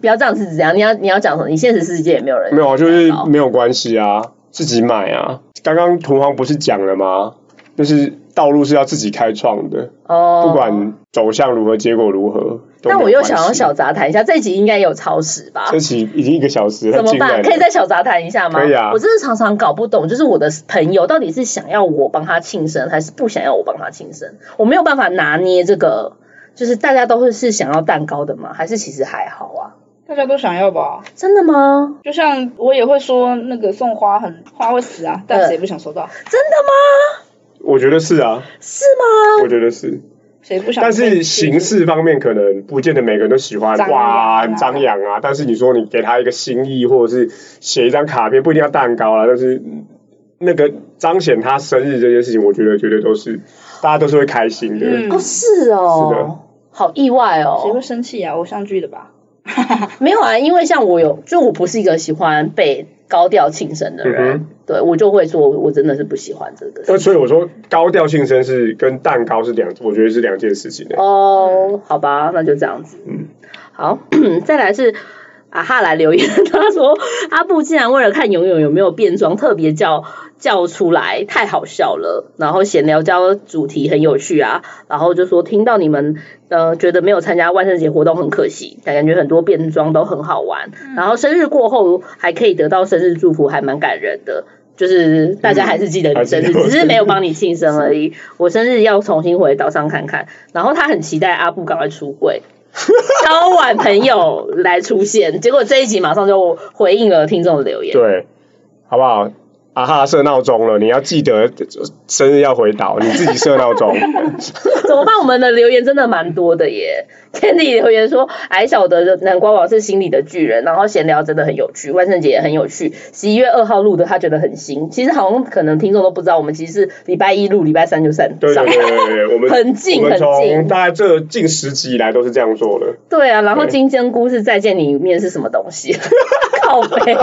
B: 不要这样子，怎样？你要你要讲什么？你现实世界也没有人
A: 没有啊，就是
B: 好
A: 没有关系啊，自己买啊。刚刚同行不是讲了吗？就是道路是要自己开创的，
B: 哦，
A: 不。管走向如何，结果如何。都
B: 那
A: 没
B: 我
A: 有
B: 又
A: 关系
B: 想要小杂谈一下，这一集应该也有超时吧？
A: 这期已经一个小时了，
B: 怎么
A: 进来
B: 办？
A: 了
B: 可以再小杂谈一下吗？
A: 可以啊
B: 我真的常常搞不懂，就是我的朋友到底是想要我帮他庆生，还是不想要我帮他庆生？我没有办法拿捏这个，就是大家都会是想要蛋糕的吗？还是其实还好啊？
C: 大家都想要吧？
B: 真的吗？
C: 就像我也会说那个送花很花会死啊，
B: 嗯
C: 但谁不想收到？
B: 真的吗？
A: 我觉得是啊，
B: 是吗？
A: 我觉得是，
C: 谁不想被
A: 但
C: 记住？
A: 是形式方面可能不见得每个人都喜欢，
C: 张扬啊
A: 哇，很张扬啊。但是你说你给他一个心意，或者是写一张卡片，不一定要蛋糕啦，但是嗯那个彰显他生日这件事情，我觉得绝对都是大家都是会开心的。
C: 嗯
B: 哦，是
A: 是的
B: 哦，好意外
C: 谁会
B: 哦。
C: 生气啊？偶像剧的吧？
B: 没有啊，因为像我有，就我不是一个喜欢被高调庆生的人，
A: 嗯
B: 对我就会说，我真的是不喜欢这个。
A: 那所以我说，高调庆生是跟蛋糕是两，我觉得是两件事情的。
B: 哦，好吧，那就这样子。
A: 嗯，
B: 好， 再来是。啊哈来留言，他说阿布竟然为了看游泳有没有变装，特别叫叫出来，太好笑了。然后闲聊交主题很有趣啊，然后就说听到你们呃觉得没有参加万圣节活动很可惜，但感觉很多变装都很好玩。然后生日过后还可以得到生日祝福，还蛮感人的。就是大家还是记得你生日，
A: 嗯还是有
B: 只是没有帮你庆生而已。我生日要重新回岛上看看，然后他很期待阿布赶快出柜， 超晚朋友来出现，结果这一集马上就回应了听众的留言。
A: 对，好不好？啊哈，设闹钟了，你要记得生日要回岛，你自己设闹 钟。
B: 怎么办？我们的留言真的蛮多的耶。Candy 留言说，矮小的南瓜王是心里的巨人，然后闲聊真的很有趣，万圣节也很有趣。十一月二号录的，他觉得很新。其实好像可能听众都不知道，我们其实是礼拜一录，礼拜三就上
A: 对
B: 上
A: 对。对对对，我们
B: 很
A: 我
B: 近
A: 们
B: 很近
A: 从大概这近十集以来都是这样做的。
B: 对啊，然后
A: 对
B: 金针菇是再见你一面是什么东西？ 靠背。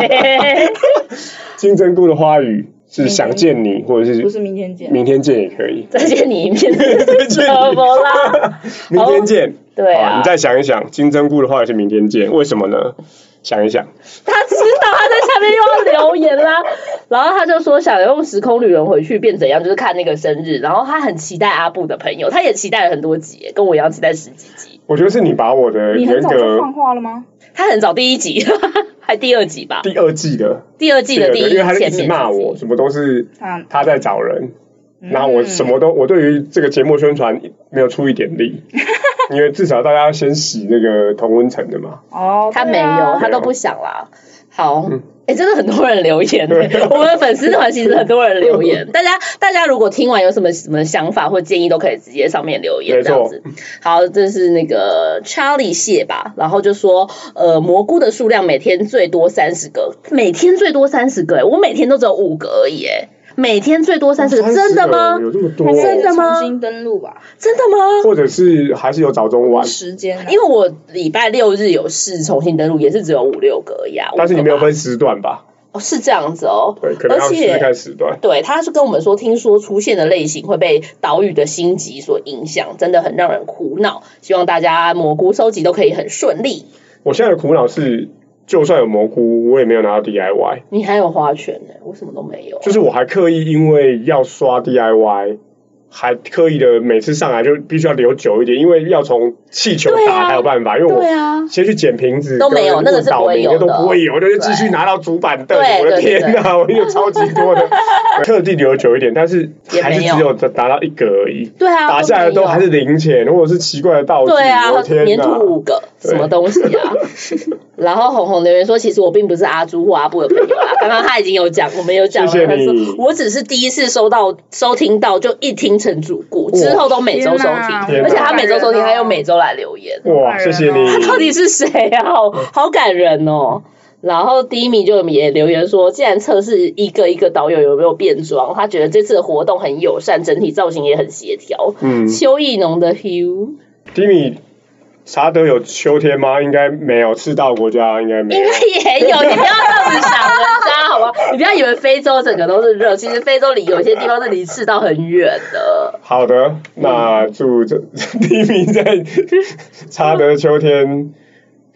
A: 金针菇的花语
B: 嗯
A: 是想见你，或者
C: 不
A: 是
C: 是明天见。
A: 明天见也可以。
B: 再见你一面
A: 再
B: 是
A: 见
B: 什么啦？
A: 你，明天见。
B: 哦对
A: 好
B: 啊
A: 你，再想一想，金针菇的花语是明天见，为什么呢？想一想，
B: 他知道他在下面又要留言啦， 然后他就说想用时空旅人回去变怎样，就是看那个生日，然后他很期待阿布的朋友，他也期待了很多集耶，跟我一样期待十几集，
A: 我觉得是你把我的
C: 你很
A: 人
C: 早就
A: 格
C: 放话了吗？
B: 他很早第一集 还第二集吧，
A: 第二季的
B: 第二季
A: 第
B: 的
A: 二
B: 第
A: 个，
B: 一
A: 因为他就一
B: 前
A: 直
B: 面
A: 骂
B: 几集嗯
A: 我，什么都是
C: 啊，
A: 他在找人，然后我什么都，我对于这个节目宣传没有出一点 力，因为至少大家要先洗那个同温层的嘛。
C: 哦，
B: 他
C: 对
B: 没
C: 啊
B: 有，他都不想啦。好，
A: 嗯
B: 哎、真的很多人留言、欸，我们的粉丝团其实很多人留言，大家大家如果听完有什么什么想法或建议，都可以直接上面留言
A: 没
B: 这
A: 错
B: 样子。好，这是那个 Charlie 蟹吧，然后就说，呃，蘑菇的数量每天最多三十个，每天最多三十个、欸，我每天都只有五个而已、欸，每天最多三十
A: 哦
B: 个，真的吗？
A: 有这么多
C: 还
A: 哦？
C: 是
B: 真的吗
C: 重新登录吧，
B: 真的吗？
A: 或者是还是有早中晚，
C: 时间啊
B: 因为我礼拜六日有事重新登录，也是只有五六个呀、啊。
A: 但是你
B: 五
A: 没
B: 个
A: 有
B: 吧
A: 分时段吧？
B: 哦，是这样子哦，
A: 对，可能要
B: 而
A: 试
B: 且
A: 试看时段。
B: 对，他是跟我们说，听说出现的类型会被岛屿的星级所影响，真的很让人苦恼。希望大家蘑菇收集都可以很顺利。
A: 我现在的苦恼是，就算有蘑菇，我也没有拿到 DIY，
B: 你还有花圈呢、我什么都没有。
A: 就是我还刻意因为要刷 DIY。还刻意的每次上来就必须要留久一点，因为要从气球
B: 对啊
A: 打才有办法，因为我
B: 对啊，
A: 先去捡瓶子
B: 都没有
A: 跟
B: 那个是
A: 倒
B: 不会
A: 霉
B: 有
A: 那都
B: 的
A: 不会有，我就是继
B: 对
A: 续拿到主板凳。
B: 对
A: 我的
B: 对对
A: 天哪，我有超级多 的，特地留久一点，但是
B: 也
A: 还是
B: 没有
A: 只有达到一个而已。
B: 对啊，
A: 打下来的
B: 没
A: 都
B: 有
A: 还是零钱，或者是奇怪的道具。
B: 对啊
A: 我的，天
B: 粘
A: 哪！
B: 土五个
A: 对
B: 什么东西 啊？然后红红留言说，其实我并不是阿朱或阿布的朋友啦。刚刚他已经有讲，我们有讲了，
A: 谢谢
B: 他说
A: 你
B: 我只是第一次收到收听到就一听成主顾，之后都每周收听，
A: 天哪
B: 而且他每周收听，他又每周来留言。
A: 哇，谢谢你。
B: 哦 到底是谁啊？好
A: 嗯
B: 好感人哦。然后第一名就也留言说，既然测试一个一个导游有没有变装，他觉得这次的活动很友善，整体造型也很协调。
A: 嗯
B: 邱意农的 Hugh
A: ，Timmy，查德有秋天吗？应该没有，赤道国家应该没
B: 应
A: 有。
B: 该也有，你不要这样子想人家好 吗？你不要以为非洲整个都是热，其实非洲里有些地方是离赤道很远的。
A: 好的，那祝这 Timmy 在查德秋天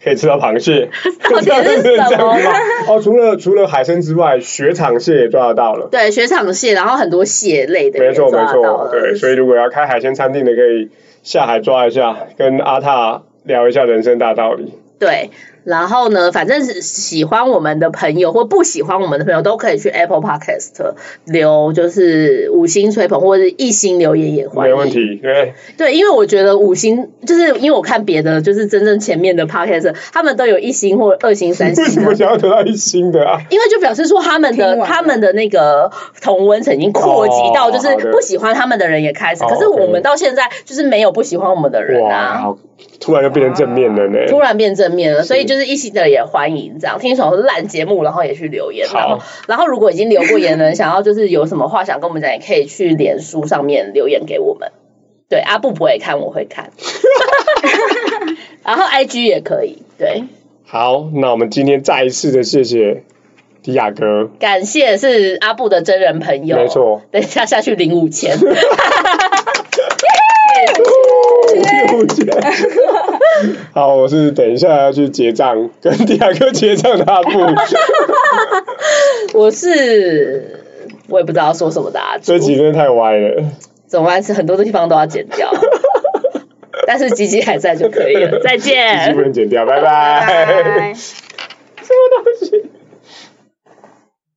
A: 可以吃到螃蟹。
B: 到底是
A: 这样
B: 什么
A: 吗？ 哦，除了除了海参之外，雪场蟹也抓得到了。
B: 对，雪场蟹，然后很多蟹类的也
A: 没错没
B: 抓到
A: 错
B: 了，
A: 对，所以如果要开海鲜餐厅的，可以下海抓一下，跟阿塔聊一下人生大道理。
B: 对，然后呢，反正是喜欢我们的朋友或不喜欢我们的朋友，都可以去 Apple Podcast 留就是五星吹捧或者是一星留言也欢
A: 没
B: 迎。
A: 问题，对，
B: 对，因为我觉得五星就是因为我看别的就是真正前面的 Podcast，他们都有一星或二星、三
A: 为什
B: 星
A: 么
B: 的。
A: 想要得到一星的啊？
B: 因为就表示说他们
C: 听
B: 的
C: 完
B: 他们的那个同温层已经扩及到，
A: 哦
B: 就是
A: 好的
B: 不喜欢他们的人也开始。
A: 哦
B: 可是我
A: OK
B: 们到现在就是没有不喜欢我们的人啊。
A: 哇，突然就变成正面了 呢。
B: 突然变正面了，所以就是一起的也欢迎这样。听首烂节目，然后也去留言。然后
A: 好，
B: 然后如果已经留过言的人，想要就是有什么话想跟我们讲，也可以去脸书上面留言给我们。对，阿布不会看，我会看。 然后 IG 也可以。对，
A: 好，那我们今天再一次的谢谢迪亚哥，
B: 感谢是阿布的真人朋友。
A: 没 错。
B: 等一下下去领五 千。
A: 又见好，我是等一下要去结账，跟迪亚哥结账的阿 布。
B: 我是我也不知道说什么的、啊。
A: 这集真的太歪了。
B: 总而言之，很多地方都要剪 掉，但是吉吉还在就可以了。再
A: 已经
B: 见
A: 不。能剪掉，拜
C: 拜
A: 拜。
C: 拜。
A: 什么东西？